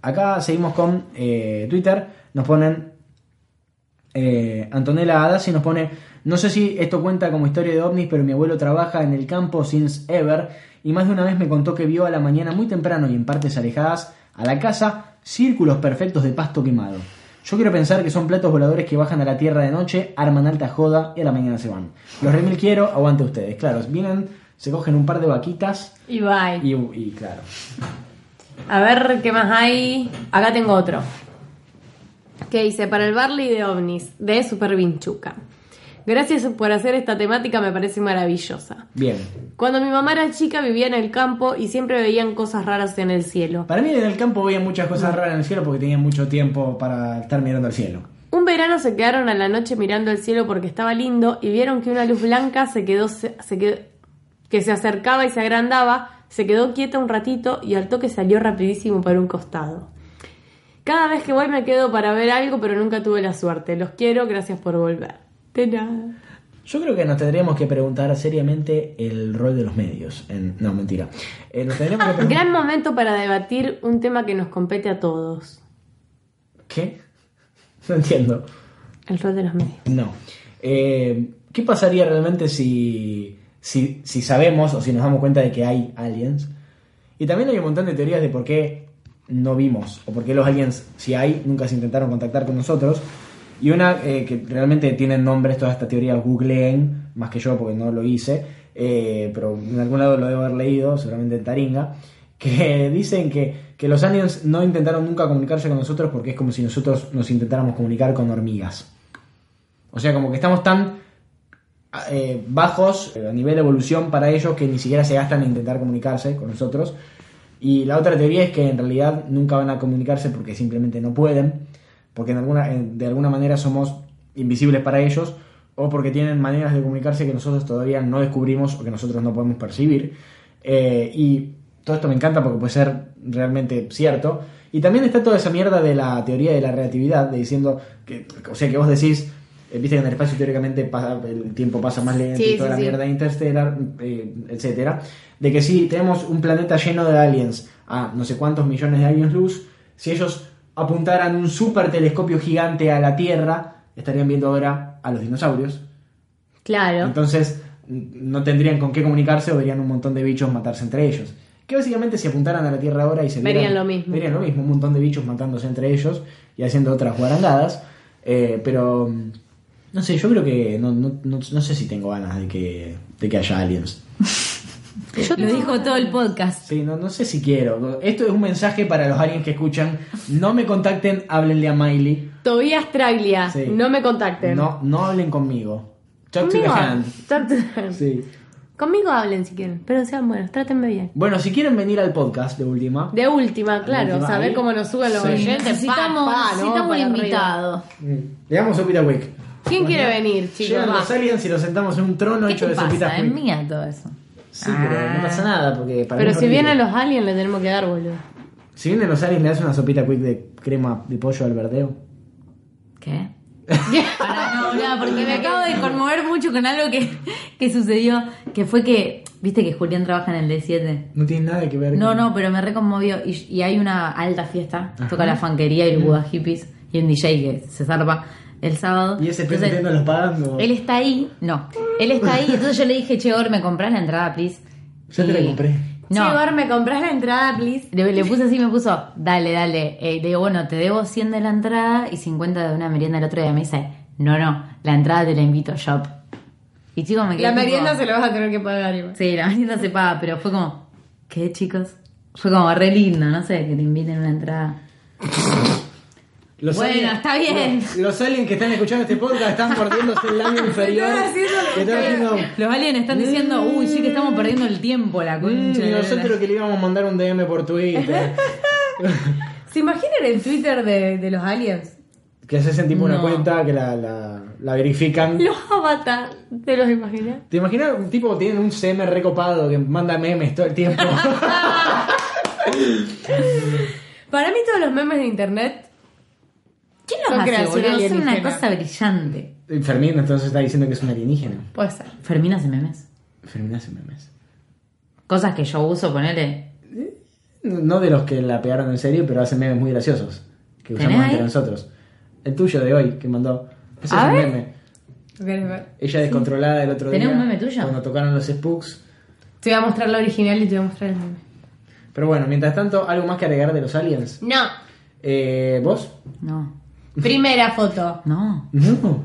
Speaker 3: Acá seguimos con eh, Twitter. Nos ponen. eh, Antonella Adasi nos pone. No sé si esto cuenta como historia de ovnis, pero mi abuelo trabaja en el campo since ever. Y más de una vez me contó que vio a la mañana muy temprano y en partes alejadas a la casa círculos perfectos de pasto quemado. Yo quiero pensar que son platos voladores que bajan a la tierra de noche, arman alta joda y a la mañana se van. Los remil quiero, aguante ustedes. Claro, vienen, se cogen un par de vaquitas
Speaker 1: Y bye.
Speaker 3: y, y claro.
Speaker 1: A ver qué más hay. Acá tengo otro. Que dice, para el Barley de ovnis, de Supervinchuca. Gracias por hacer esta temática, me parece maravillosa.
Speaker 3: Bien.
Speaker 1: Cuando mi mamá era chica vivía en el campo y siempre veían cosas raras en el cielo.
Speaker 3: Para mí en el campo veía muchas cosas raras en el cielo porque tenía mucho tiempo para estar mirando al cielo.
Speaker 1: Un verano se quedaron a la noche mirando el cielo porque estaba lindo y vieron que una luz blanca se quedó, se, se quedó- que se acercaba y se agrandaba, se quedó quieta un ratito y al toque salió rapidísimo para un costado. Cada vez que voy me quedo para ver algo, pero nunca tuve la suerte. Los quiero, gracias por volver. De nada.
Speaker 3: Yo creo que nos tendríamos que preguntar seriamente el rol de los medios. En- no, mentira. Eh, nos tendríamos que preguntar...
Speaker 1: Ah, Gran momento para debatir un tema que nos compete a todos.
Speaker 3: ¿Qué? *laughs* No entiendo.
Speaker 1: El rol de los medios.
Speaker 3: No. Eh, ¿Qué pasaría realmente si, si, si sabemos o si nos damos cuenta de que hay aliens? Y también hay un montón de teorías de por qué no vimos o por qué los aliens, si hay, nunca se intentaron contactar con nosotros. Y una eh, que realmente tienen nombres, todas estas teorías googleen, más que yo porque no lo hice, eh, pero en algún lado lo debo haber leído, seguramente en Taringa, que *laughs* dicen que, que los aliens no intentaron nunca comunicarse con nosotros porque es como si nosotros nos intentáramos comunicar con hormigas. O sea, como que estamos tan eh, bajos eh, a nivel de evolución para ellos que ni siquiera se gastan en intentar comunicarse con nosotros. Y la otra teoría es que en realidad nunca van a comunicarse porque simplemente no pueden, porque en alguna, en- de alguna manera somos invisibles para ellos, o porque tienen maneras de comunicarse que nosotros todavía no descubrimos o que nosotros no podemos percibir. Eh, y todo esto me encanta porque puede ser realmente cierto. Y también está toda esa mierda de la teoría de la relatividad, de diciendo que, o sea, que vos decís, eh, viste que en el espacio teóricamente pasa- el tiempo pasa más lento
Speaker 1: Sí,
Speaker 3: y
Speaker 1: sí,
Speaker 3: toda la
Speaker 1: sí.
Speaker 3: mierda interstellar, eh, etcétera, de que si tenemos un planeta lleno de aliens a no sé cuántos millones de años luz, si ellos apuntaran un super telescopio gigante a la Tierra, estarían viendo ahora a los dinosaurios.
Speaker 1: Claro.
Speaker 3: Entonces n- no tendrían con qué comunicarse o verían un montón de bichos matarse entre ellos. Que básicamente si apuntaran a la Tierra ahora y se
Speaker 1: Verían
Speaker 3: vieran-
Speaker 1: lo mismo.
Speaker 3: Verían lo mismo, un montón de bichos matándose entre ellos y haciendo otras guarangadas. Eh, pero mm, no sé, yo creo que no, no, no, no sé si tengo ganas de que, de que haya aliens.
Speaker 2: Lo dijo todo el podcast.
Speaker 3: Sí, no, no sé si quiero. Esto es un mensaje para los aliens que escuchan. No me contacten, háblenle a Miley.
Speaker 1: Tobías Traglia,
Speaker 3: Sí.
Speaker 1: no me contacten.
Speaker 3: No, no hablen conmigo. Talk to the
Speaker 1: Conmigo,
Speaker 3: hand.
Speaker 1: talk to the hand.
Speaker 3: Sí.
Speaker 1: Conmigo hablen si quieren, pero sean buenos, trátenme bien.
Speaker 3: Bueno, si quieren venir al podcast de última,
Speaker 1: De última, ¿eh? claro,
Speaker 3: última,
Speaker 1: saber
Speaker 3: ahí.
Speaker 1: cómo nos suben los
Speaker 3: Sí.
Speaker 1: oyentes. pa,
Speaker 2: Necesitamos,
Speaker 1: pa, ¿no?
Speaker 2: necesitamos un
Speaker 1: Para arriba.
Speaker 2: invitado.
Speaker 3: le damos Mm. sopita week.
Speaker 1: ¿Quién quiere venir, chicos?
Speaker 3: Llegan
Speaker 1: Va.
Speaker 3: los aliens y los sentamos en un trono
Speaker 2: ¿Qué
Speaker 3: hecho
Speaker 2: te
Speaker 3: de
Speaker 2: pasa?
Speaker 3: sopitas
Speaker 2: Es
Speaker 3: week.
Speaker 2: mía todo eso.
Speaker 3: Sí, pero no pasa nada porque para
Speaker 1: Pero
Speaker 3: mí es
Speaker 1: si
Speaker 3: horrible.
Speaker 1: vienen los aliens, le tenemos que dar, boludo.
Speaker 3: Si vienen los aliens, le das una sopita quick de crema de pollo al verdeo.
Speaker 1: *laughs*
Speaker 2: ¿Qué? Pará, no, boluda, porque me acabo de conmover mucho con algo que, que sucedió, que fue que, viste que Julián trabaja en el D7.
Speaker 3: No tiene nada que ver
Speaker 2: No,
Speaker 3: con-
Speaker 2: no, pero me reconmovió y, y hay una alta fiesta, toca la fanquería y el Buda Hippies y un DJ que se zarpa el sábado.
Speaker 3: Y ese
Speaker 2: Entonces,
Speaker 3: presidente no los pagando.
Speaker 2: Él está ahí, no, él está
Speaker 3: *laughs*
Speaker 2: ahí, entonces yo le dije, che, Or, ¿me comprás la entrada, please?
Speaker 3: Ya te la
Speaker 2: Y-
Speaker 3: compré.
Speaker 2: No,
Speaker 1: Che, Gor, ¿me compras la entrada, please?
Speaker 2: le, le puse así, me puso, dale, dale. Eh, le digo, bueno, te debo 100 de la entrada y 50 de una merienda el otro día. Me dice, no, no, la entrada te la invito shop. Y chicos, me quedé
Speaker 1: La
Speaker 2: tipo-
Speaker 1: merienda se la vas a tener que pagar, igual.
Speaker 2: Sí, la merienda se paga, pero fue como, ¿qué, chicos? Fue como re lindo, no sé, que te inviten una entrada.
Speaker 3: Los
Speaker 2: Bueno, está bien.
Speaker 3: Los, los aliens que están escuchando este podcast están mordiéndose el labio inferior.
Speaker 1: Están haciendo lo
Speaker 3: que están
Speaker 1: que-
Speaker 3: haciendo,
Speaker 2: Los aliens están diciendo, uy, sí que estamos perdiendo el tiempo, la
Speaker 3: "Mm,
Speaker 2: concha.
Speaker 3: y
Speaker 2: de la
Speaker 3: nosotros
Speaker 2: lora".
Speaker 3: que le íbamos a mandar un DM por Twitter.
Speaker 1: ¿Se imaginan el Twitter de, de los aliens?
Speaker 3: que se hacen tipo una
Speaker 2: No.
Speaker 3: cuenta, que la, la, la verifican.
Speaker 1: Los avatar, ¿te los imaginas?
Speaker 3: ¿Te imaginas un tipo que tiene un CM recopado que manda memes todo el tiempo?
Speaker 1: Para mí todos los memes de internet
Speaker 2: ¿Quién
Speaker 1: Son
Speaker 2: los hace,
Speaker 1: creación
Speaker 2: boludo? Son una
Speaker 1: alienígena.
Speaker 2: cosa brillante.
Speaker 3: Y *laughs* Fermín entonces está diciendo que es un alienígena.
Speaker 1: puede ser.
Speaker 2: Fermina hace memes.
Speaker 3: Fermín hace memes.
Speaker 2: Cosas que yo uso, ponele.
Speaker 3: No de los que la pegaron en serio, pero hace memes muy graciosos. Que
Speaker 2: ¿Tenés
Speaker 3: usamos
Speaker 2: ahí?
Speaker 3: entre nosotros. El tuyo de hoy, que mandó. Ese
Speaker 2: A
Speaker 3: es un
Speaker 2: ver.
Speaker 3: meme.
Speaker 1: ¿Lo querés ver?
Speaker 3: Ella descontrolada el otro día.
Speaker 2: ¿Tenés un meme tuyo?
Speaker 3: Cuando tocaron los Spooks.
Speaker 1: Te voy a mostrar la original y te voy a mostrar el meme.
Speaker 3: Pero bueno, mientras tanto, algo más que agregar de los aliens.
Speaker 1: No.
Speaker 3: Eh, ¿Vos?
Speaker 2: No,
Speaker 3: *laughs*
Speaker 1: Primera foto.
Speaker 2: no.
Speaker 3: No.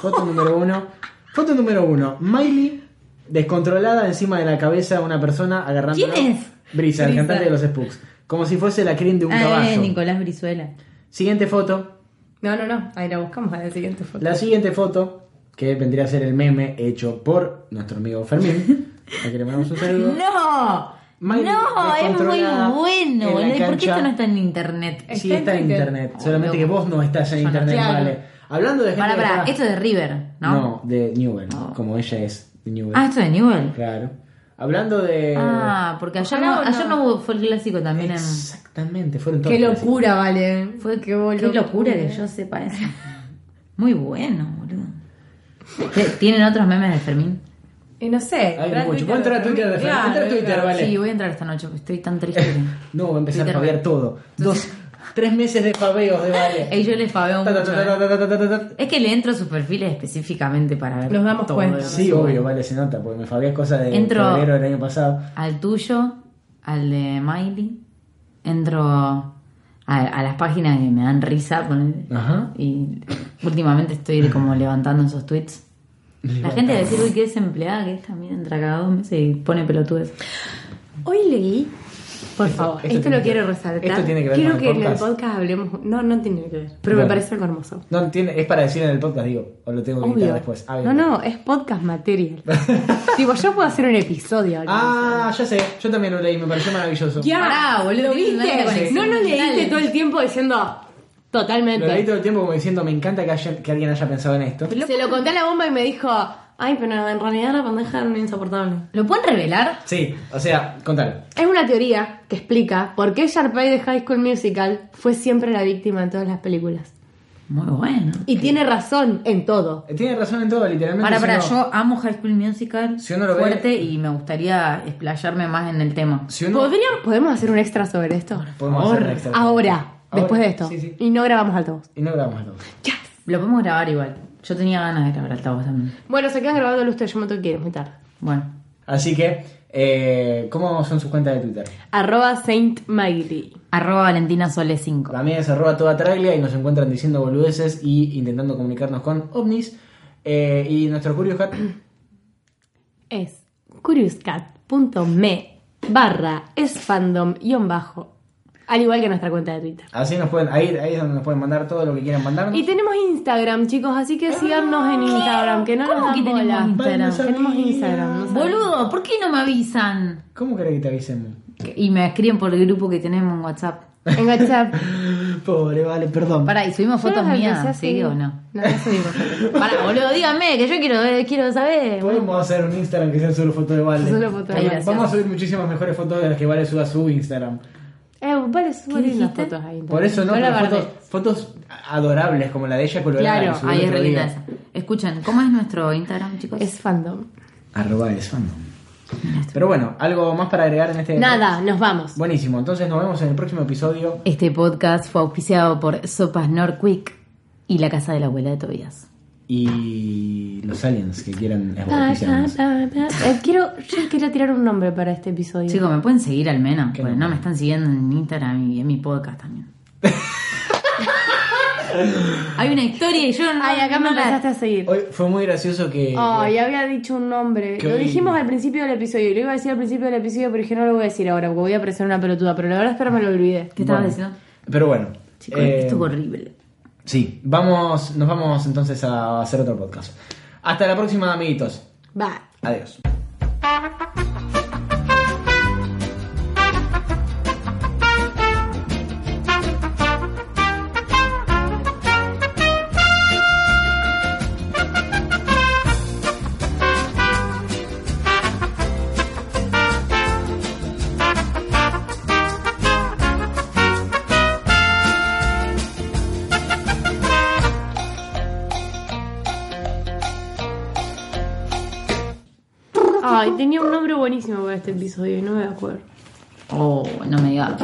Speaker 3: Foto número uno. Foto número uno. Miley descontrolada encima de la cabeza de una persona agarrando.
Speaker 2: ¿Quién es?
Speaker 3: Brisa, el
Speaker 2: Brisa.
Speaker 3: cantante de los Spooks. Como si fuese la crin de un
Speaker 2: Ah,
Speaker 3: caballo.
Speaker 2: Nicolás Brizuela.
Speaker 3: Siguiente foto.
Speaker 1: No, no, no. Ahí la buscamos a la siguiente foto.
Speaker 3: La siguiente foto, que vendría a ser el meme hecho por nuestro
Speaker 2: *laughs*
Speaker 3: amigo Fermín. A que le mandamos un saludo.
Speaker 2: ¡No!
Speaker 3: Miley
Speaker 2: no, es muy
Speaker 3: descontrolada en la
Speaker 2: bueno, boludo. ¿Y ¿Por qué
Speaker 3: cancha?
Speaker 2: esto no está en internet?
Speaker 3: Sí, está en internet. Solamente que vos no estás en
Speaker 2: Yo Oh, no
Speaker 3: internet,
Speaker 1: estoy.
Speaker 3: vale. Hablando de gente.
Speaker 2: Pará,
Speaker 3: que
Speaker 2: pará,
Speaker 3: está-
Speaker 2: esto es de River, ¿no? Oh.
Speaker 3: No, de Newell, como ella es de Newell.
Speaker 2: Ah, esto es de Newell.
Speaker 3: Claro. Hablando de.
Speaker 2: Ah, porque ayer
Speaker 1: Ojalá
Speaker 2: no,
Speaker 1: o no.
Speaker 2: ayer no hubo- fue el clásico también en.
Speaker 3: Exactamente, fueron todos.
Speaker 1: Qué
Speaker 3: clásicos.
Speaker 1: locura, vale. Fue qué
Speaker 2: Qué locura que yo sepa eso. Muy bueno, boludo. ¿Qué- ¿Tienen otros memes de Fermín?
Speaker 1: Y no sé.
Speaker 3: Hay
Speaker 1: entra
Speaker 3: mucho. Vos entra a Twitter de Fermín, entra a Twitter, vale.
Speaker 2: Sí, voy a entrar esta noche porque estoy tan triste.
Speaker 3: *laughs*
Speaker 2: que-
Speaker 3: No, va a empezar
Speaker 2: Twitter,
Speaker 3: a paviar
Speaker 2: vale.
Speaker 3: todo. Dos, tres meses de paveos de vale.
Speaker 1: *laughs*
Speaker 2: Ey, yo les fabeo
Speaker 3: Ta, ta,
Speaker 2: mucho.
Speaker 3: ta,
Speaker 2: ¿eh?
Speaker 3: ta, ta, ta, ta, ta, ta.
Speaker 2: Es que le entro a sus perfiles específicamente para ver.
Speaker 1: Nos damos
Speaker 2: todo
Speaker 1: cuenta.
Speaker 2: eso.
Speaker 3: Sí, obvio, vale, se nota, porque me fabiás cosas de
Speaker 2: Entro-
Speaker 3: febrero del año pasado.
Speaker 2: Al tuyo, al de Miley. Entro a, a las páginas que me dan risa. ponele.
Speaker 3: Ajá.
Speaker 2: Y últimamente estoy como levantando esos tweets. La gente va a decir, uy, qué desempleada que es también, entra cada dos meses y pone pelotudes.
Speaker 1: Hoy leí, por
Speaker 3: Esto-
Speaker 1: favor,
Speaker 3: esto
Speaker 1: esto,
Speaker 3: tiene
Speaker 1: lo
Speaker 3: que-
Speaker 1: quiero resaltar.
Speaker 3: esto tiene que ver
Speaker 1: Quiero
Speaker 3: con el
Speaker 1: que en el
Speaker 3: podcast.
Speaker 1: podcast hablemos. No, no tiene que ver, pero
Speaker 3: Bueno.
Speaker 1: me parece algo hermoso.
Speaker 3: No, tiene, es para decir en el podcast, digo. O lo tengo que
Speaker 1: Obvio.
Speaker 3: editar después. Ah,
Speaker 1: no,
Speaker 3: bien.
Speaker 1: no, es podcast
Speaker 3: *laughs*
Speaker 1: material. Tipo, yo puedo hacer un episodio. ¿no?
Speaker 3: Ah, ya sé. Yo también lo leí. Me pareció maravilloso.
Speaker 1: ya,
Speaker 2: Pará, boludo,
Speaker 1: ¿lo
Speaker 2: tiene una
Speaker 1: viste?
Speaker 2: conexión.
Speaker 1: No nos leíste
Speaker 2: Dale.
Speaker 1: todo el tiempo diciendo
Speaker 3: Lo leí
Speaker 1: totalmente.
Speaker 3: todo el tiempo como diciendo, me encanta que, haya- que alguien haya pensado en esto.
Speaker 1: Se lo conté a la bomba y me dijo, ay, pero en realidad la pendeja era un insoportable.
Speaker 2: ¿Lo pueden revelar?
Speaker 3: Sí, o sea, contalo.
Speaker 1: Es una teoría que explica por qué Sharpay de High School Musical fue siempre la víctima en todas las películas.
Speaker 2: Muy bueno.
Speaker 1: Y tiene razón en todo.
Speaker 3: Eh, Tiene razón en todo, literalmente.
Speaker 2: Ahora,
Speaker 3: si
Speaker 2: para,
Speaker 3: uno-
Speaker 2: yo amo High School Musical
Speaker 3: Si uno lo ve-
Speaker 2: fuerte y me gustaría explayarme más en el tema.
Speaker 3: Si uno-
Speaker 1: ¿Podrían, ¿Podemos hacer un extra sobre esto?
Speaker 3: Podemos hacer un extra.
Speaker 1: Ahora, después de esto.
Speaker 3: Sí, sí.
Speaker 1: Y no grabamos altavoz.
Speaker 3: Y no grabamos el podcast.
Speaker 1: Yes.
Speaker 2: Lo podemos grabar igual. Yo tenía ganas de grabar altavoz también.
Speaker 1: Bueno, se quedan grabando ustedes, yo me tengo que ir, es muy tarde.
Speaker 2: Bueno,
Speaker 3: Así que, eh, ¿cómo son sus cuentas de Twitter?
Speaker 1: Arroba Saint Maggie.
Speaker 2: arroba Valentina Sole 5.
Speaker 3: A mí es arroba toda traglia y nos encuentran diciendo boludeces y intentando comunicarnos con ovnis. Eh, y nuestro Curious Cat
Speaker 1: Es curiouscat.me barra es fandom guión bajo. Al igual que nuestra cuenta de Twitter.
Speaker 3: *clears throat* Así nos pueden, ahí, ahí es donde nos pueden mandar todo lo que quieran mandarnos.
Speaker 1: Y tenemos Instagram, chicos, así que síganos en Instagram, que no nos
Speaker 2: Ah, ¿Cómo
Speaker 1: dan
Speaker 2: que tenemos
Speaker 1: bola.
Speaker 2: Instagram?
Speaker 1: Tenemos Instagram,
Speaker 2: *laughs*
Speaker 1: no sabemos.
Speaker 2: Boludo, ¿por qué no me avisan?
Speaker 3: ¿Cómo querés que te avisemos?
Speaker 2: Que- Y me escriben por el grupo que tenemos en WhatsApp.
Speaker 1: En WhatsApp.
Speaker 3: *laughs* Pobre, vale, perdón.
Speaker 2: Para, y subimos
Speaker 1: Yo
Speaker 2: fotos
Speaker 1: las empecé
Speaker 2: mías,
Speaker 1: así.
Speaker 2: ¿sí o no?
Speaker 1: No, no subimos.
Speaker 2: *laughs* Para, boludo, díganme, que yo quiero, eh, quiero saber.
Speaker 3: Podemos hacer un Instagram que sea solo foto de Valde.
Speaker 1: Solo foto de
Speaker 3: Vamos-
Speaker 2: Valde.
Speaker 3: Vamos a subir muchísimas mejores fotos de las que Vale suba a su Instagram.
Speaker 1: Eh, vale, súper
Speaker 2: ¿Qué
Speaker 1: lindas
Speaker 2: dijiste?
Speaker 1: fotos ahí.
Speaker 3: Por eso no,
Speaker 1: Yo la
Speaker 3: pero
Speaker 1: guardé.
Speaker 3: fotos, fotos adorables como la de ella colorada.
Speaker 1: Claro,
Speaker 3: que subí el
Speaker 2: Ahí es
Speaker 3: otro
Speaker 2: re linda
Speaker 3: día.
Speaker 2: esa. Escuchen, ¿cómo es nuestro Instagram, chicos?
Speaker 1: Es fandom.
Speaker 3: Arroba es fandom. Pero bueno, algo más para agregar en
Speaker 2: Eh,
Speaker 3: este.
Speaker 1: Nada, nos vamos.
Speaker 3: Buenísimo, entonces nos vemos en el próximo episodio.
Speaker 2: Este podcast fue auspiciado por Sopas Norquick y la casa de la abuela de Tobías.
Speaker 3: Y los aliens que quieran
Speaker 1: Ta, ta,
Speaker 3: esbofetearnos.
Speaker 1: ta, ta. Eh, quiero, yo quería tirar un nombre para este episodio.
Speaker 2: Chicos, ¿me pueden seguir al menos?
Speaker 3: ¿Qué
Speaker 2: Porque no
Speaker 3: nombre?
Speaker 2: me están siguiendo en Instagram y en mi podcast
Speaker 3: *laughs*
Speaker 2: también. Hay una historia y yo no.
Speaker 1: Ay, acá me
Speaker 2: no la-
Speaker 1: empezaste a seguir.
Speaker 3: Hoy fue muy gracioso que.
Speaker 1: Ay, había dicho un nombre.
Speaker 3: Qué
Speaker 1: Lo dijimos
Speaker 3: lindo.
Speaker 1: al principio del episodio. y Lo iba a decir al principio del episodio, pero dije no lo voy a decir ahora porque voy a parecer una pelotuda. Pero la verdad es que ahora me lo olvidé.
Speaker 2: ¿Qué estabas
Speaker 3: Bueno,
Speaker 2: diciendo?
Speaker 3: Pero bueno.
Speaker 2: Chicos,
Speaker 3: eh,
Speaker 2: esto es horrible.
Speaker 3: sí, vamos, nos vamos entonces a hacer otro podcast. Hasta la próxima, amiguitos.
Speaker 1: Va.
Speaker 3: Adiós.
Speaker 1: Ay, tenía un nombre buenísimo para este episodio y no me acuerdo. este
Speaker 2: Oh, no me digas.